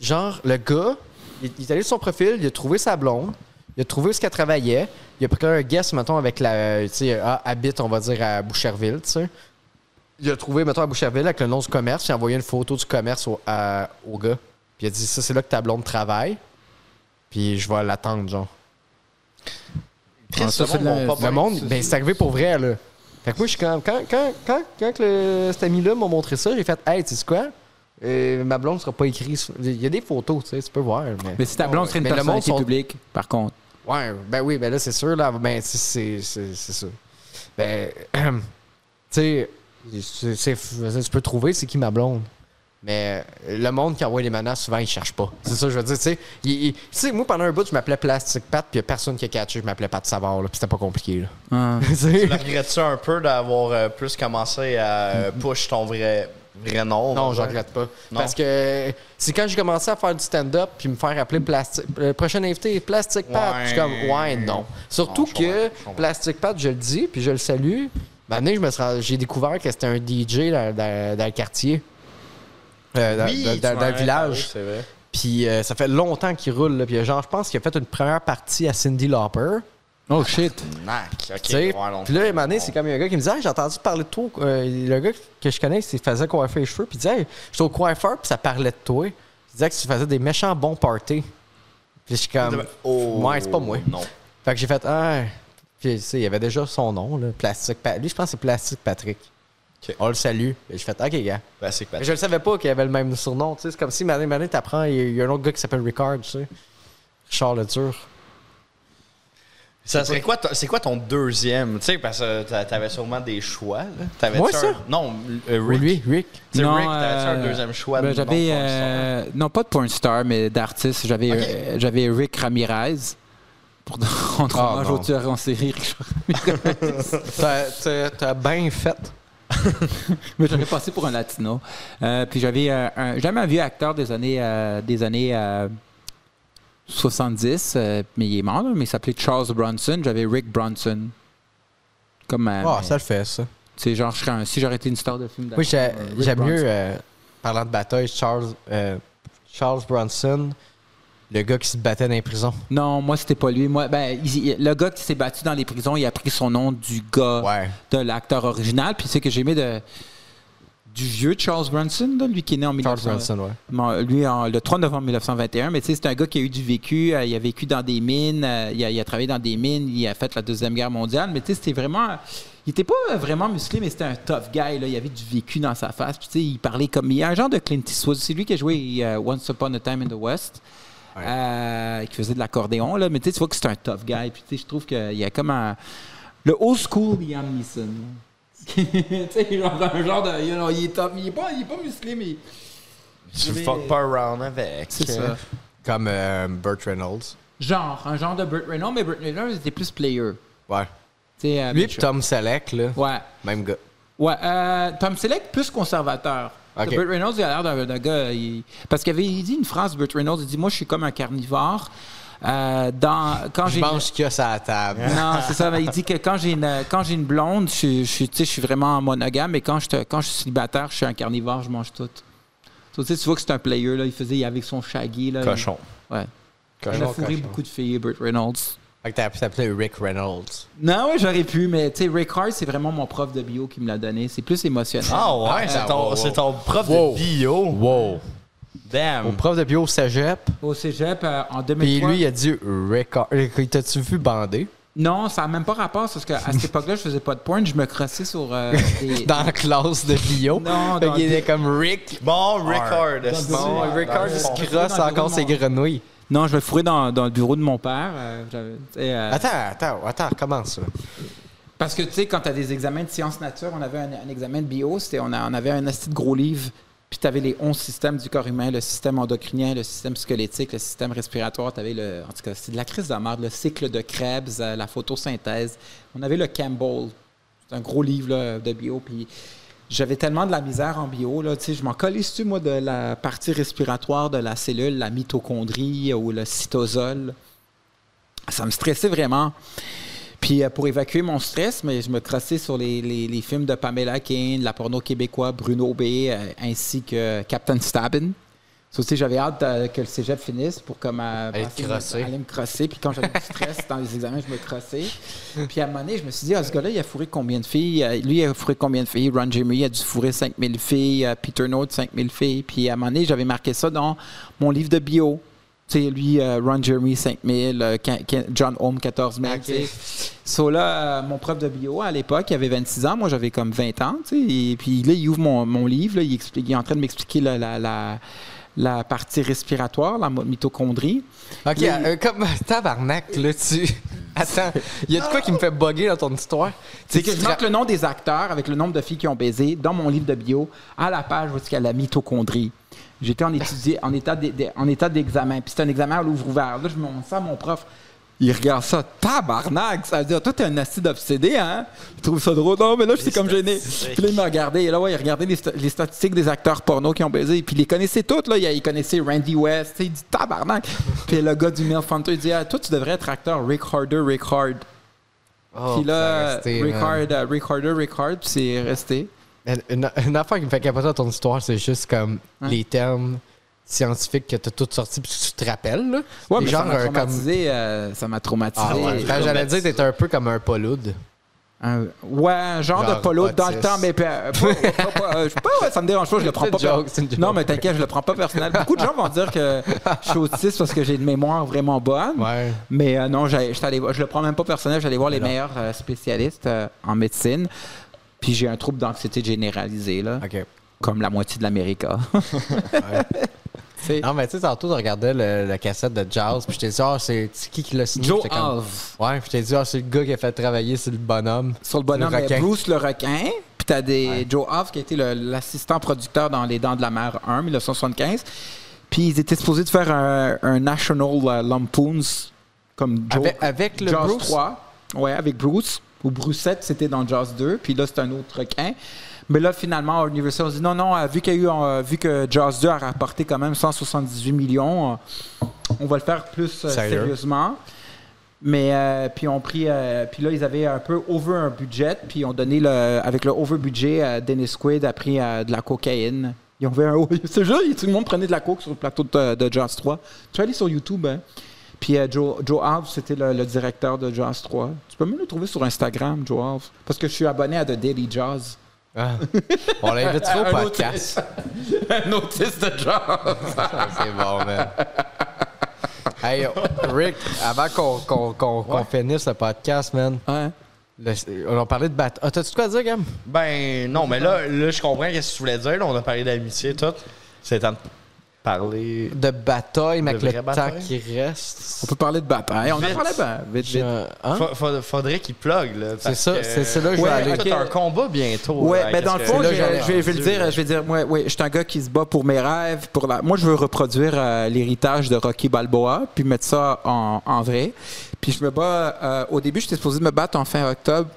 genre, le gars, il, il est allé sur son profil, il a trouvé sa blonde, il a trouvé ce qu'elle travaillait, il a pris un guess, mettons, avec la, tu sais, ah, habite, on va dire, à Boucherville, tu sais. Il a trouvé, mettons, à Boucherville avec le nom du commerce, il a envoyé une photo du commerce au, à- au gars. Puis il a dit, ça, c'est là que ta blonde travaille, puis je vais l'attendre, genre.
Chris,
ça,
le
c'est de
monde
la-
va
Ah
pas
Le
ouais,
[laughs]
monde,
c'est-
ben, c'est arrivé pour vrai, là. Fait que moi, je suis quand, quand, quand, quand, quand que le, cet ami-là m'a montré ça, j'ai fait, hey, tu sais quoi? Euh, ma blonde sera pas écrite. sur- Il y a des photos, tu sais, tu peux voir. Mais,
Mais si ta blonde serait une
Mais le monde
personnalité
sont-
publique, par contre.
Ouais, ben oui, ben là, c'est sûr, là. Ben, c'est- c'est c'est- c'est ça. Ben, [clears throat] tu sais, c'est- c'est- c'est- tu peux trouver c'est qui ma blonde. Mais le monde qui envoie les menaces, souvent, il cherche pas. C'est ça, que je veux dire. Tu sais, il- il- tu sais, moi, pendant un bout, je m'appelais Plastic Pat, puis y a personne qui a catché, je m'appelais Pat Savard, là, puis c'était pas compliqué, là. [laughs]
Ah.
Tu sais?
Tu regrettes-tu un peu d'avoir euh, plus commencé à euh, push ton vrai, vrai nom?
Mm-hmm. Non, je regrette pas.
Non.
Parce que c'est quand j'ai commencé à faire du stand-up puis me faire appeler Plastic. Le prochain invité est Plastic Pat.
Ouais.
Je suis comme, ouais, non. Surtout
Non, je comprends,
que
je comprends.
Plastic Pat, je le dis puis je le salue. Maintenant, je me suis rendu- j'ai découvert que c'était un DJ dans, dans- dans le quartier. Euh, dans,
Oui,
dans-
tu
dans-
m'en
dans le
avais
village.
parlé, c'est vrai.
Puis euh, ça fait longtemps qu'il roule. là. Puis euh, genre, je pense qu'il a fait une première partie à Cindy Lauper.
Oh shit!
Nac, ok.
Tu sais,
ouais, non,
Puis là, à un moment donné,
non.
c'est comme il y a un gars qui me dit Hey, J'ai entendu parler de toi. Euh, le gars que je connais, il faisait coiffer les cheveux. Puis il disait Hey, J'étais au coiffeur, puis ça parlait de toi. Il disait que tu faisais des méchants bons parties. Puis je suis comme
Oh,
Ouais, c'est pas moi.
Non.
Fait que j'ai fait Ah. Puis tu sais, il y avait déjà son nom, là, Plastique Pa- Lui, je pense que c'est Plastique Patrick.
Ok.
On le salue. Puis J'ai fait Ok, gars.
Ben, c'est que-
Mais je le savais pas qu'il avait le même surnom. tu sais. C'est comme si, mané, mané, t'apprends, il y a- il y a un autre gars qui s'appelle Ricard, tu sais. Richard le Dur.
Ça serait quoi, ton- c'est quoi ton deuxième? Tu sais, parce que t'a- t'avais sûrement des choix. Là. T'avais-tu
Moi,
un-
ça?
Non, euh,
Ou
Rick.
lui, Rick.
Tu sais,
Non,
Rick, t'avais-tu un
euh,
deuxième choix?
Ben,
de
j'avais
nom?
euh, non pas de porn star mais d'artiste. J'avais
Ok.
euh, j'avais Rick Ramirez pour [laughs] rendre
Ah,
hommage
non.
au tueur en série. Rick Ramirez.
T'as- T'as t'as bien fait.
Mais j'aurais passé pour un latino. Euh, puis j'avais euh, un, j'avais un vieux acteur des années, euh, des années euh, 70, euh, mais il est mort, là, mais il s'appelait Charles Bronson. J'avais Rick Bronson. Comme euh,
Ah, ça le fait, ça.
tu sais, genre, je serais un- si j'aurais été une star de film
Moi,
d'action,
j'ai-
euh, Rick
j'aime
Bronson.
mieux, euh, parlant de bataille, Charles, euh, Charles Bronson, le gars qui se battait dans les prisons.
Non, moi, c'était pas lui. Moi, ben, il- il- le gars qui s'est battu dans les prisons, il a pris son nom du gars,
Ouais.
de l'acteur original. Puis c'est que j'ai aimé de, du vieux Charles Bronson, là, lui qui est né en
Charles
1900.
Bronson, ouais.
Bon, lui, en- le 3 novembre 1921, mais tu sais, c'est un gars qui a eu du vécu. euh, il a vécu dans des mines, euh, il, a, il a travaillé dans des mines, il a fait la Deuxième Guerre mondiale. Mais tu sais, c'était vraiment. Il était pas euh, vraiment musclé, mais c'était un tough guy. Là. Il avait du vécu dans sa face. Puis tu sais, il parlait comme. Il y a un genre de Clint Eastwood. C'est lui qui a joué euh, Once Upon a Time in the West. euh, qui faisait de l'accordéon, là. Mais tu sais, tu vois que c'est un tough guy. Puis tu sais, je trouve qu'il y a comme un. Le old school Liam Neeson. [laughs] tu sais, genre, un genre de. you know, il est top. Il est pas, il est pas musclé, mais.
Tu fuck pas around avec.
C'est ça.
Comme euh, Burt Reynolds.
Genre, un genre de Burt Reynolds, mais Burt Reynolds était plus player.
Ouais.
Tu sais, euh,
Lui
mais
pis
je-
Tom Selleck, là,
Ouais.
même gars.
Ouais. euh, Tom Selleck, plus conservateur.
Ok.
Burt Reynolds, il a l'air d'un d'un gars. il- Parce qu'il avait il dit une phrase, Burt Reynolds, il dit Moi, je suis comme un carnivore. Euh, dans, quand
Je
j'ai
mange ce qu'il y a sur la table.
[laughs] Non, c'est ça. mais il dit que quand j'ai une, quand j'ai une blonde, je, suis- je, suis- tu sais, je suis vraiment monogame, mais quand je, te- quand je suis célibataire, je suis un carnivore, je mange tout. Tu sais, tu vois que c'est un player, là, il faisait avec son shaggy. Là, il-
Cochon.
ouais. il a
Cochon,
fourré
cochon.
beaucoup de filles, Burt Reynolds.
Fait que t'as pu t'appeler Rick Reynolds.
Non, ouais, j'aurais pu, mais tu sais, Rick Hart, c'est vraiment mon prof de bio qui me l'a donné. C'est plus émotionnel.
Ah ouais,
Ah,
c'est ton,
wow, wow.
c'est ton prof
Wow.
de bio.
Wow. Mon
Damn.
prof de bio au cégep.
Au cégep, euh, en
Puis
2003.
lui, il a dit Rick. Ar- Rick, T'as-tu vu bandé?
Non, ça n'a même pas rapport, c'est parce qu'à
[laughs]
cette époque-là, je faisais pas de porn, je me crossais sur euh, des...
Dans la classe de bio.
Non,
Fait
dans
qu'il
des-
était comme Rick.
Bon, Rickard. est-ce que-
Dans-
Bon, Rick Hart, il se crosse
Dans le bureau
encore
de
ses
mon-
grenouilles.
Non, je me fourrais dans, dans le bureau de mon père. euh, j'avais- tu sais, euh,
Attends, attends, attends, recommence. là.
Parce que, tu sais, quand tu as des examens de sciences nature, on avait un, un examen de bio, c'était, on, a- on avait un assez de gros livre, puis tu avais les 11 systèmes du corps humain, le système endocrinien, le système squelettique, le système respiratoire, tu avais le. En tout cas, c'est de la crise de la marde, le cycle de Krebs, euh, la photosynthèse. On avait le Campbell, c'est un gros livre là, de bio, puis. J'avais tellement de la misère en bio, là, tu sais, je m'en collais tu moi, de la partie respiratoire de la cellule, la mitochondrie euh, ou le cytosol. Ça me stressait vraiment. Puis euh, pour évacuer mon stress, mais je me crossais sur les, les- les films de Pamela Kane, la porno québécois, Bruno B, euh, ainsi que Captain Stabbin. Ça aussi, j'avais hâte euh, que le cégep finisse pour comme euh,
Aller te
passer-
crosser.
aller me crosser. Puis quand j'avais du stress dans les examens, je me crossais. Puis à un moment donné, je me suis dit, ah, ce gars-là, il a fourré combien de filles? Euh, Lui, il a fourré combien de filles? Ron Jeremy, il a dû fourrer 5000 filles. Euh, Peter Note, 5000 filles. Puis à un moment donné, j'avais marqué ça dans mon livre de bio. Tu sais, lui, euh, Ron Jeremy, 5000. euh, Ken- Ken- John Home, 14000. tu sais. So là, euh, mon prof de bio à l'époque, il avait 26 ans, moi j'avais comme 20 ans, tu sais, et puis là, il ouvre mon, mon livre, là, il, explique, il est en train de m'expliquer la, la, la- la partie respiratoire, la mo- mitochondrie.
Ok, euh, comme [laughs] tabarnak, là, tu. [laughs] Attends, il y a de quoi qui me fait bugger dans ton histoire?
C'est
Tu
que je
te ra-
marque le nom des acteurs avec le nombre de filles qui ont baisé dans mon livre de bio, à la page où il y a la mitochondrie. J'étais en, étudié, en état d'é- d'é- en état d'examen, puis c'est un examen à l'ouvre ouvert. Là, je montre ça à mon prof. Il regarde ça, tabarnak! Ça veut dire, toi, t'es un acide obsédé, hein? Tu trouves ça drôle? Non, mais là, je suis comme gêné.
statistiques.
Puis là, il m'a regardé. Et là, ouais, il regardait les, sta- les statistiques des acteurs porno qui ont baisé. Puis il les connaissait toutes, là. Il, il connaissait Randy West. tu sais, Il dit, tabarnak! Puis le gars du Milf Hunter, il dit, ah, toi, tu devrais être acteur Rick Harder, Rick Hard.
Oh,
Puis là,
ça a resté, man.
Ricard, euh, Ricardo, Ricard, puis c'est resté.
Une, une- une affaire qui me fait capoter dans ton histoire, c'est juste comme les termes scientifiques que t'as tous sortis puis que tu te rappelles, là.
Ouais,
Des
mais
genres,
ça m'a
euh,
traumatisé. euh, ça m'a traumatisé.
Ah ouais. Fait que J'allais dire que t'es un peu comme un polude.
Un- Euh, ouais, un genre,
Genre
de polo dans le
autiste.
temps, mais euh, pas- pas- pas- euh, je sais pas, ouais, ça me dérange pas, je le prends
C'est
pas.
une joke,
per-
c'est une joke.
Non, mais t'inquiète, je le prends pas personnel. Beaucoup de gens vont dire que je suis autiste parce que j'ai une mémoire vraiment bonne.
Ouais.
Mais euh, non, j'ai- j'étais allé voir- je le prends même pas personnel. J'allais voir les meilleurs euh, spécialistes euh, en médecine. Puis j'ai un trouble d'anxiété généralisé, là,
Ok.
comme la moitié de l'Amérique. a. C'est-
Non, mais tu sais, tantôt, tu regardais le- la cassette de Jazz, puis je t'ai dit, ah, c'est c'est qui qui l'a signé?
Joe
J'étais comme-
Alves.
Ouais, puis je t'ai dit, ah, c'est le gars qui a fait travailler sur le bonhomme.
sur le bonhomme
Le
mais
requin.
Bruce le requin. Puis t'as des Joe Hoff qui a été le- l'assistant producteur dans Les Dents de la Mer 1, 1975. Puis ils étaient supposés de faire un, un National euh, Lampoons comme Joe.
Avec, avec le
Jaws
Bruce.
3. Ouais, avec Bruce. Ou Brucette, c'était dans Jaws 2. Puis là, c'est un autre requin. Mais là, finalement, Universal dit non, non, euh, vu, qu'il y a eu, euh, vu que Jaws 2 a rapporté quand même 178 millions, euh, on va le faire plus euh,
Sérieux?
sérieusement. Mais euh, puis on pris, euh, puis là ils avaient un peu over un budget, puis ils ont donné le, avec le over budget, euh, Dennis Quaid a pris euh, de la cocaïne. Ils ont fait un, [laughs] c'est juste tout le monde prenait de la coke sur le plateau de, de Jaws 3. Tu vas aller sur YouTube, hein? Puis euh, Joe, Joe Alves, c'était le, le directeur de Jaws 3. Tu peux même le trouver sur Instagram, Joe Alves, parce que je suis abonné à The Daily Jaws.
Ah.
[laughs]
On l'invite au podcast.
un autiste de Jaws.
Ah, C'est bon, man. Hey, Rick, avant qu'on qu'on- qu'on- qu'on finisse le podcast, man,
Hein?
le- on a parlé de battre. Ah, t'as-tu de quoi à dire, Gam?
Ben non, mais là, là je comprends qu'est-ce que tu voulais dire. Là, on a parlé d'amitié, tout. C'est temps de parler.
De bataille, mais avec
vraie
le temps
bataille?
qui
On
reste.
peut parler de bataille. On en
Vite.
parlait ben, vite, vite.
Je- hein?
Fa- fa- faudrait qu'il plug, là.
C'est ça, c'est- c'est là que je vais
aller.
T'as un combat bientôt.
Ouais,
là,
mais dans le
qu'est-ce
fond,
que-
je,
C'est là que j'en ai
je vais, je vais le dire, je vais dire, ouais, ouais, je suis un gars qui se bat pour mes rêves, pour la. Moi, je veux reproduire euh, l'héritage de Rocky Balboa, puis mettre ça en, en vrai. Puis je me bats. euh, au début, j'étais supposé me battre en fin octobre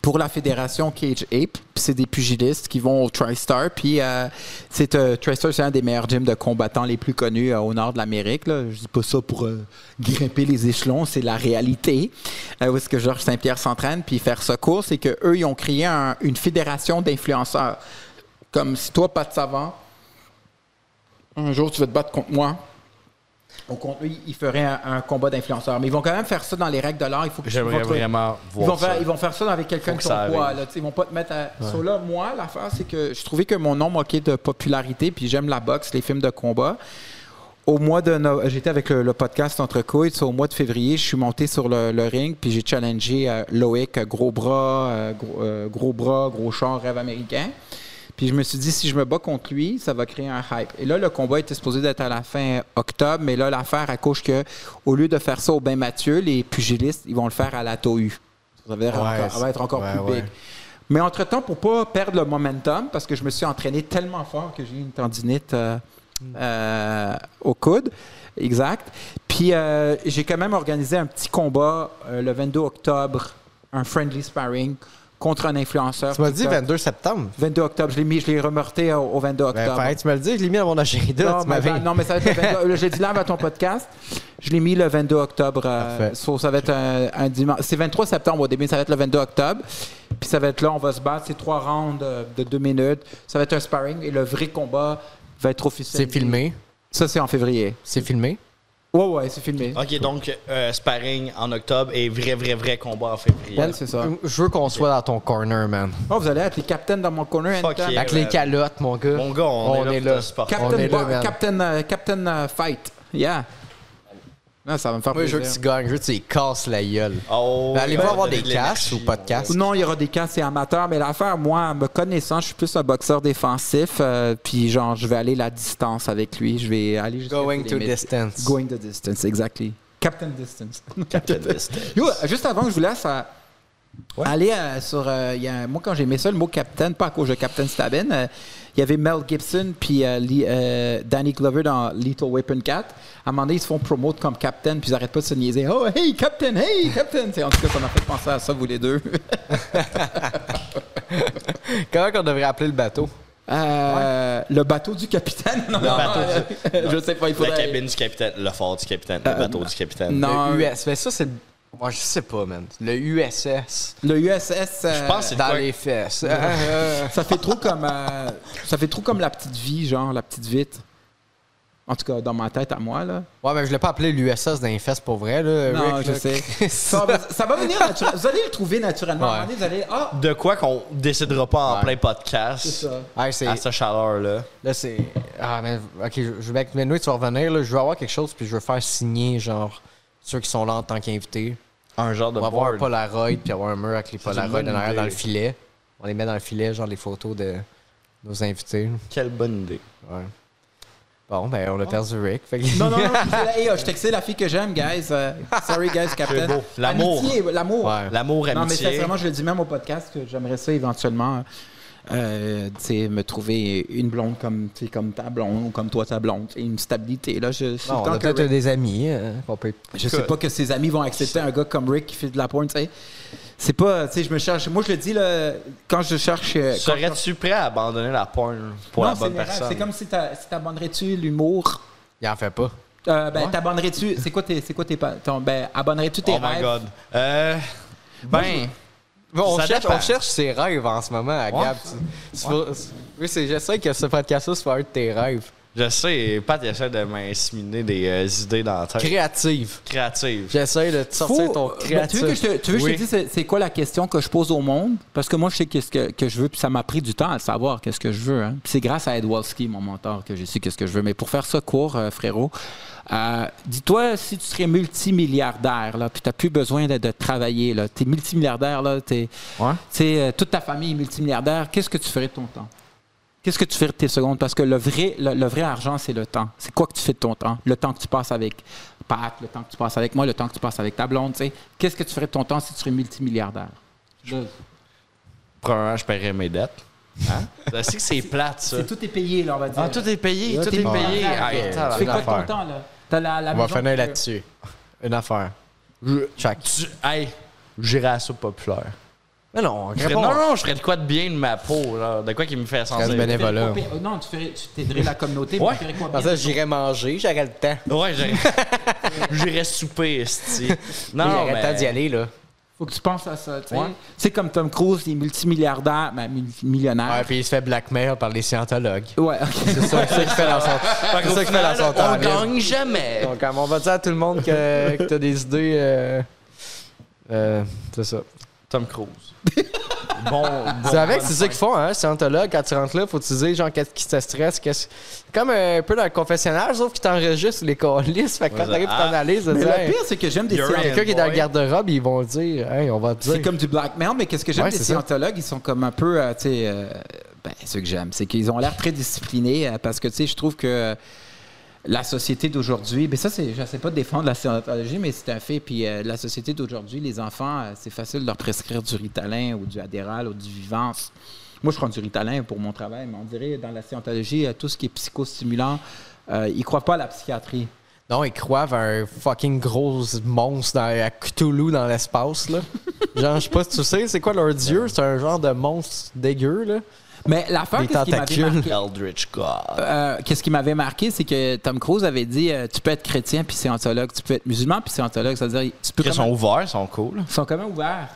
pour la fédération Cage Ape. Puis c'est des pugilistes qui vont au TriStar. Puis euh, c'est euh, TriStar, c'est un des meilleurs gyms de combattants les plus connus euh, au nord de l'Amérique. là. Je dis pas ça pour euh, grimper les échelons, c'est la réalité. Euh, où est-ce que Georges Saint-Pierre s'entraîne puis faire ce cours, c'est que eux ils ont créé un- une fédération d'influenceurs. Comme si toi, pas de savant, un jour tu veux te battre contre moi. Au compte, lui, il ferait un, un combat d'influenceurs. Mais ils vont quand même faire ça dans les règles de l'art. Il faut que ils
J'aimerais
vont trouver-
vraiment
ils
voir
vont,
ça.
faire, ils vont faire ça avec quelqu'un de
Faut que
son
ça
poids.
arrive.
Là, tu sais, ils vont pas te mettre à. So, là, moi, l'affaire, c'est que je trouvais que mon nom manquait de popularité, puis j'aime la boxe, les films de combat. Au mois de no- j'étais avec euh, le, le podcast Entre couilles, So, au mois de février, je suis monté sur le, le ring, puis j'ai challengé euh, Loïc, euh, gros bras, euh, gros, euh, gros bras, gros char, rêve américain. Puis je me suis dit, si je me bats contre lui, ça va créer un hype. Et là, le combat était supposé d'être à la fin euh, octobre, mais là, l'affaire accouche que, au lieu de faire ça au bain Mathieu, les pugilistes, ils vont le faire à la Tohu. Ça veut dire
Ouais,
encore- ça va être encore
ouais,
plus
ouais.
big. Mais entre-temps, pour pas perdre le momentum, parce que je me suis entraîné tellement fort que j'ai eu une tendinite euh,
Hmm.
euh, au coude, exact. Puis euh, j'ai quand même organisé un petit combat euh, le 22 octobre, un friendly sparring contre un influenceur.
Tu m'as dit
TikTok.
22 septembre.
22 octobre, je l'ai mis, je l'ai remeurté au, au 22
Ben,
octobre.
fallait que tu me le dis, je l'ai mis dans mon agenda.
non,
tu
mais,
m'avais-
ben, non, mais ça va être le 22 J'ai dit là à ton podcast. Je l'ai mis le 22 octobre. euh,
Parfait.
so, ça va être un, un dimanche. C'est 23 septembre au début, ça va être le 22 octobre. Puis ça va être là, on va se battre. C'est trois rounds euh, de deux minutes. Ça va être un sparring et le vrai combat va être officiel.
C'est filmé.
Ça, c'est en février.
C'est filmé.
Ouais, ouais, c'est filmé.
Ok, donc euh, sparring en octobre et vrai, vrai, vrai combat en février.
Ouais, c'est ça.
Je veux qu'on soit dans ton corner, man.
Oh, vous allez être les captains dans mon corner.
Fuck
anytime.
yeah.
Avec les
man.
calottes, mon gars.
Mon gars, on, est là. pour te supporter.
Captain,
On est là,
Bo-
man.
Captain, euh, Captain, euh, Fight. Yeah. Non, ça va me faire
Moi, je
plaisir.
veux que tu gagnes. Je veux que tu les casses la gueule.
Oh,
Ben, Allez-vous
ouais,
avoir
donner
des
de l'énergie,
casses ou pas de casses?
Non, il y aura des cas, c'est amateur, mais l'affaire, moi, me connaissant, je suis plus un boxeur défensif, euh, puis genre, je vais aller la distance avec lui, je vais aller jusqu'à ses
Going to
limites.
distance.
Going the distance, exactly. Captain Distance.
[laughs] Captain Distance.
Yo, juste avant que je vous laisse euh, aller euh, sur. euh, il y a un- moi, quand j'ai mis ça, le mot Captain, pas à cause de Captain Stabin, euh, il y avait Mel Gibson puis euh, Lee- euh, Danny Glover dans Little Weapon 4. À un moment donné, ils se font promote comme Captain, puis ils arrêtent pas de se niaiser. Oh, hey, Captain, hey, Captain. C'est- En tout cas, ça m'a fait penser à ça, vous les deux. [laughs]
Comment qu'on devrait appeler le bateau?
Euh, Le bateau du capitaine. Non, euh,
bateau
je sais pas, il
La
faudrait.
cabine du capitaine, le fort du capitaine,
Euh,
le bateau du capitaine.
Non,
Le US. Mais ça, c'est. Moi, je sais pas, man. Le USS.
le USS. euh,
Je pense que c'est de
Dans
quoi-
les fesses. [laughs]
ça fait trop comme euh, ça fait trop comme la petite vie, genre la petite vite. En tout cas, dans ma tête à moi là.
ouais, mais je l'ai pas appelé l'USS dans les fesses pour vrai, là.
Non,
Rick,
je
là.
sais.
[laughs]
Ça, va- ça va venir naturellement. Vous allez le trouver naturellement.
Ouais.
À un moment donné, Vous allez ah,
De quoi qu'on décidera pas en
Ouais.
plein
Ah, c'est
podcast
ça.
Hey, c'est-
à cette chaleur-là.
Là, c'est. Ah, mais. Ok, je je vais. Mais nous, tu vas revenir, là. Je veux avoir quelque chose, puis je veux faire signer, genre, ceux qui sont là en tant qu'invités.
Un genre de
On va avoir un
board.
Polaroid, puis avoir un mur avec les
une
Polaroids
bonne
en arrière dans le
idée.
filet. On les met dans le filet, genre, les photos de nos invités.
Quelle bonne idée.
Ouais. Bon, ben, on a perdu Rick. fait que-
Non, non, non. je suis là, hey, oh, je textais la fille que j'aime, guys. Euh, sorry, guys, Captain.
beau. L'amour.
Amitié, L'amour.
Ouais.
L'amour,
Non, mais
amitié.
sincèrement, je le dis même au podcast que j'aimerais ça éventuellement, euh, tu sais, me trouver une blonde comme, tu sais, comme ta blonde ou comme toi ta blonde. Tu sais, Une stabilité. Là, je, je suis
[laughs] Non,
le
on
temps
a
que
peut-être
Rick-
des amis euh, qu'on peut.
je sais pas que ses amis vont accepter un gars comme Rick qui fait de la pointe. tu sais. C'est pas, tu sais, je me cherche. Moi, je le dis, là, quand je cherche. euh, quand-
Serais-tu prêt à abandonner la porn pour
Non,
la
c'est
bonne
mes rêves.
personne?
C'est comme si t'a- si t'abandonnerais-tu l'humour.
Il en fait pas.
Euh, ben, t'abandonnerais-tu. C'est quoi tes. C'est quoi tes. pa- ton- ben, abandonnerais-tu tes
Oh my
rêves?
god. Euh, ben,
Bon, on,
Ça
cherche,
dépend.
on cherche ses rêves en ce moment, à Gab. Tu- tu vas- Oui, c'est- je sais que ce podcast-là, c'est pas un de tes rêves.
je sais, Pat essaie de m'inséminer des euh, idées dans la tête.
Créative.
Créative.
J'essaie de te sortir
Faut-
ton
ben,
créatif.
tu veux que je te, tu veux que je te
Oui.
dise c'est- c'est quoi la question que je pose au monde? Parce que moi, je sais qu'est-ce que, que je veux, puis ça m'a pris du temps à le savoir, qu'est-ce que je veux. hein. Puis c'est grâce à Ed Walski, mon mentor, que j'ai su qu'est-ce que je veux. Mais pour faire ça court, euh, frérot, euh, dis-toi, si tu serais multimilliardaire, là, puis t'as plus besoin de, de travailler, là, t'es multimilliardaire, là, t'es,
Ouais.
tu sais, euh, toute ta famille est multimilliardaire, qu'est-ce que tu ferais de ton temps? Qu'est-ce que tu fais de tes secondes? Parce que le vrai, le, le vrai argent, c'est le temps. C'est quoi que tu fais de ton temps? Le temps que tu passes avec Pat, le temps que tu passes avec moi, le temps que tu passes avec ta blonde, tu sais. Qu'est-ce que tu ferais de ton temps si tu serais multimilliardaire?
Premièrement, je paierais mes dettes. Hein? Je sais que c'est plate, ça.
C'est tout est payé, là, on va dire.
Ah, tout est payé,
Là,
tout
t'es
est payé.
millionnaire,
Ah,
là.
et t'as la-
Tu fais quoi de ton
affaire.
temps, là? T'as la, la
On va
maison
finir
que-
là-dessus. Une affaire. Check.
Tu- Hey, j'irais à la soupe populaire.
Mais Ben non,
Je ferais-
réponds.
Non, non, je ferais de quoi de bien de ma peau, là. De quoi qui me fait
ferais
sentir.
du
Tu
bénévolat.
ferais
Voilà.
quoi, pay- Non, tu, ferais, tu t'aiderais la communauté, mais
Ouais. Ah,
tu ferais quoi?
Parce
bien?
que j'irais manger, j'aurais le temps.
Ouais, j'irais- [laughs] j'irais souper, esti. Non,
J'aurais
mais-
le temps d'y aller, là.
Faut que tu penses à ça, tu sais.
Ouais.
C'est comme Tom Cruise, il est multimilliardaire, mais
Ouais,
millionnaire.
puis il se fait blackmail par les scientologues.
Ouais, ok.
Ah. [laughs] C'est ça, c'est ça qu'il fait
[laughs]
dans son, c'est ça qu'il fait dans son temps
On
libre.
gagne jamais.
Donc, euh, on va dire à tout le monde que, que t'as des idées. euh, euh, c'est ça.
Tom Cruise. bon, bon.
C'est avec, c'est ça qu'ils font, hein, scientologue. Quand tu rentres là, faut te dire, genre, qu'est-ce qui te stresse, qu'est-ce. Comme euh, un peu dans le confessionnal, sauf qu'ils t'enregistrent les colis. Fait que quand
Ouais,
t'arrives pour
ah.
t'analyser,
Mais
tu
le
dis,
pire, c'est que j'aime des
You're
scientifiques.
in.
quelqu'un qui est dans le
boy.
garde-robe, ils vont dire, hey, on va te
C'est
dire.
comme du blackmail, mais qu'est-ce que j'aime
Ouais,
des
c'est ça.
scientologues? Ils sont comme un peu, euh, tu sais, euh, ben, ceux que j'aime, c'est qu'ils ont l'air très disciplinés euh, parce que, tu sais, je trouve que euh, la société d'aujourd'hui, ben ça, c'est, je sais pas de défendre la scientologie, mais c'est un fait. Puis euh, la société d'aujourd'hui, les enfants, euh, c'est facile de leur prescrire du ritalin ou du adéral ou du vivance. Moi, je prends du ritalin pour mon travail, mais on dirait dans la scientologie, euh, tout ce qui est psychostimulant, euh, ils croient pas à la psychiatrie.
Non, ils croient à un fucking gros monstre dans, à Cthulhu dans l'espace, [laughs] là. genre, je sais pas si tu sais, c'est quoi leur dieu? C'est un genre de monstre dégueu, là.
Mais l'affaire,
Des
qu'est-ce qui m'avait
tentacules.
marqué?
Eldritch God.
Euh, qu'est-ce qui m'avait marqué, c'est que Tom Cruise avait dit euh, tu peux être chrétien puis scientologue, tu peux être musulman puis scientologue. C'est-à-dire, tu peux.
Ils
comment-
sont ouverts, ils sont cool.
Ils sont quand même ouverts.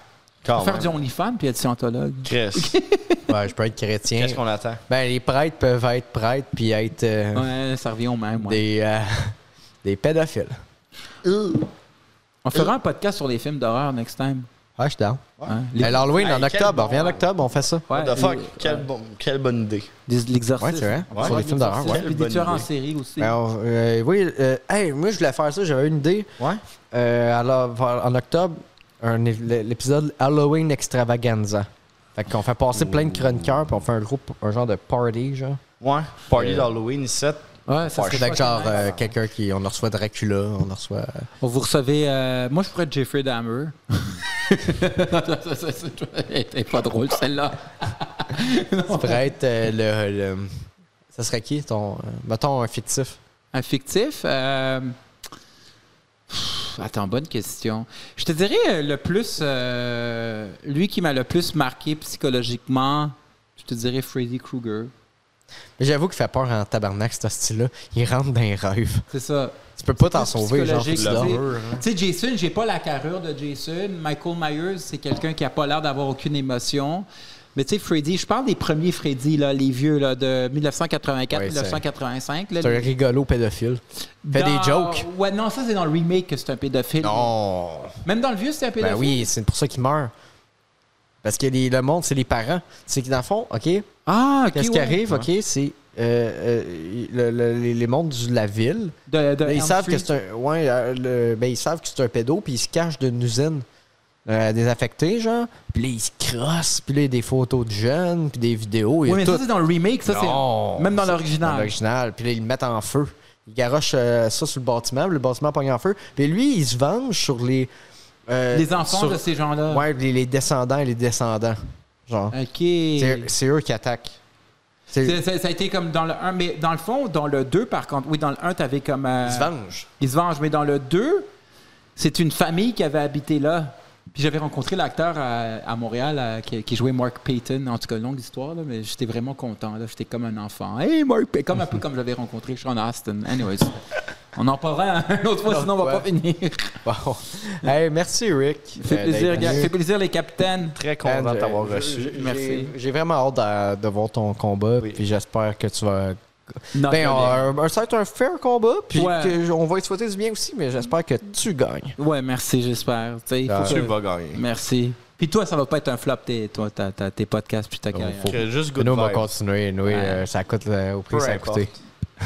Quand
faire
même.
du OnlyFans puis être scientologue.
hein. Chris,
Ouais, je peux être chrétien.
qu'est-ce qu'on attend?
Ben, les prêtres peuvent être prêtres puis être euh,
Ouais, ça revient au même. ouais.
des, euh, des pédophiles.
On fera un podcast sur les films d'horreur next time.
Ah, je suis down.
hein. Les-
Euh, L'Halloween,
Hey,
en
quel
octobre.
bon
On revient en
rêve.
octobre, on fait ça.
ouais,
What the fuck?
les-
Quelle, bon- quelle bonne idée.
des- de L'exorciste.
Ouais, c'est vrai. hein?
On
Sur
fera
les
de
films d'horreur,
l'exorciste,
ouais.
Puis des
Bonne
tueurs en
idée.
série aussi.
Ben, on- euh, oui, euh, hey, moi, je voulais faire ça. J'avais une idée.
Ouais?
Euh, alors, en octobre, un é- l'épisode Halloween Extravaganza. Fait qu'on fait passer plein de chroniqueurs puis on fait un groupe, un genre de party, genre.
Ouais. Party d'Halloween, ici.
Ouais, ça
Parce que
serait
fait
fucking
que genre,
nice.
euh, quelqu'un qui. On en reçoit Dracula, on en reçoit.
On vous recevait. euh, moi, je pourrais être Jeffrey Dahmer. Non, ça, ça, ça, ça, elle était pas drôle, celle-là.
Ça pourrait être euh, le, le- Ça serait qui ton. euh, mettons un fictif.
Un fictif? euh, pff, Attends, bonne question. Je te dirais euh, le plus. euh, Lui qui m'a le plus marqué psychologiquement, je te dirais Freddy Krueger.
Mais j'avoue qu'il fait peur en tabarnak, ce style-là. Il rentre dans les rêves.
C'est ça.
Tu peux pas t'en
Plus
sauver, genre.
psychologique,
tu hein. dors.
tu sais. Tu sais, Jason, j'ai pas la carrure de Jason. Michael Myers, c'est quelqu'un qui a pas l'air d'avoir aucune émotion. Mais tu sais, Freddy, je parle des premiers Freddy, là, les vieux, là, de 1984,
Ouais, c'est-
1985. là,
C'est un
les-
rigolo pédophile. fait des
dans-
jokes.
Ouais, non, ça, c'est dans le remake que c'est un pédophile.
Non!
Même dans le vieux, c'est un pédophile.
Ben oui, c'est pour ça qu'il meurt. Parce que les- le monde, c'est les parents. C'est que dans le fond, OK,
Ah, ok,
qu'est-ce qui
ouais.
arrive, OK, c'est euh, euh, le- le- les, les mondes de la ville.
De- de
ben, ils,
Elm
savent que
Street.
c'est un, ouais, euh, le- ben, ils savent que c'est un pédo, puis ils se cachent d'une usine euh, désaffectée, genre. Puis là, ils se crossent, puis là, il y a des photos de jeunes, puis des vidéos. il y a
Oui, mais
tout.
ça, c'est dans le remake, ça,
Non,
c'est. Même dans
ça, Dans
l'original.
l'original. Puis là, ils le mettent en feu. Ils garochent euh, ça sur le bâtiment, puis le bâtiment pogne en feu. Puis lui, il se venge sur les. euh,
Les enfants
sur-
de ces gens-là.
Ouais, les, les descendants et les descendants. Genre. C'est
OK.
c'est eux qui attaquent. C'est-
C'est- c'est- ça a été comme dans le 1, mais dans le fond, dans le 2, par contre, oui, dans le 1, t'avais comme. euh,
Ils se vengent.
ils se vengent, mais dans le 2, c'est une famille qui avait habité là. Puis j'avais rencontré l'acteur à, à Montréal à- qui, qui jouait Mark Payton. En tout cas, longue histoire, là, mais j'étais vraiment content. là. J'étais comme un enfant. Hey, Mark Payton! Comme un peu comme j'avais rencontré Sean Astin. Anyways, on en parlera [laughs] une autre fois, sinon on va pas finir.
Bon. [laughs] Hey, merci, Rick.
Fait
Euh,
plaisir,
d'être
gars.
venu.
Fait plaisir, les capitaines.
Très content
And,
de
euh,
t'avoir
je-
reçu.
j'ai-
Merci.
J'ai vraiment hâte de, de voir ton combat.
Oui.
Puis j'espère que tu vas.
Not
Ben, on-
gonna-
un- un- ça va être un fair combat. Puis
Ouais.
que- on va te souhaiter du bien aussi, mais j'espère que tu gagnes.
Ouais, merci, j'espère. Tu sais, il faut
Ah.
que-
Tu vas gagner.
Merci. Puis toi, ça va pas être un flop, tes, toi, ta- ta- tes podcasts puis ta
Non,
carrière.
faut-
Que juste good
Nous, on va
vibes.
continuer. Nous, euh, ça coûte euh, au prix
Peu
que ça a
importe.
coûté.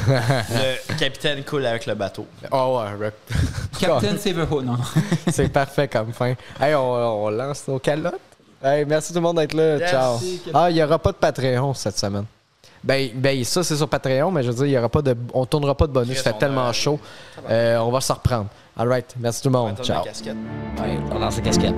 Le capitaine coule avec le bateau.
Oh, ouais, Rick.
Captain Saverho, non.
[laughs] C'est parfait comme fin. Hey, on, on lance nos calottes. Hey, merci tout le monde d'être là.
Merci,
Ciao.
Capitaine.
Ah, il n'y aura pas de Patreon cette semaine. Ben, ben ça, c'est sur Patreon, mais je veux dire, il y aura pas de, on tournera pas de bonus.
Chris,
Ça fait
on
tellement
a-
chaud. Euh, on va se reprendre. All right. Merci tout le monde.
Attends,
Ciao.
la casquette.
Ouais, on lance la casquette.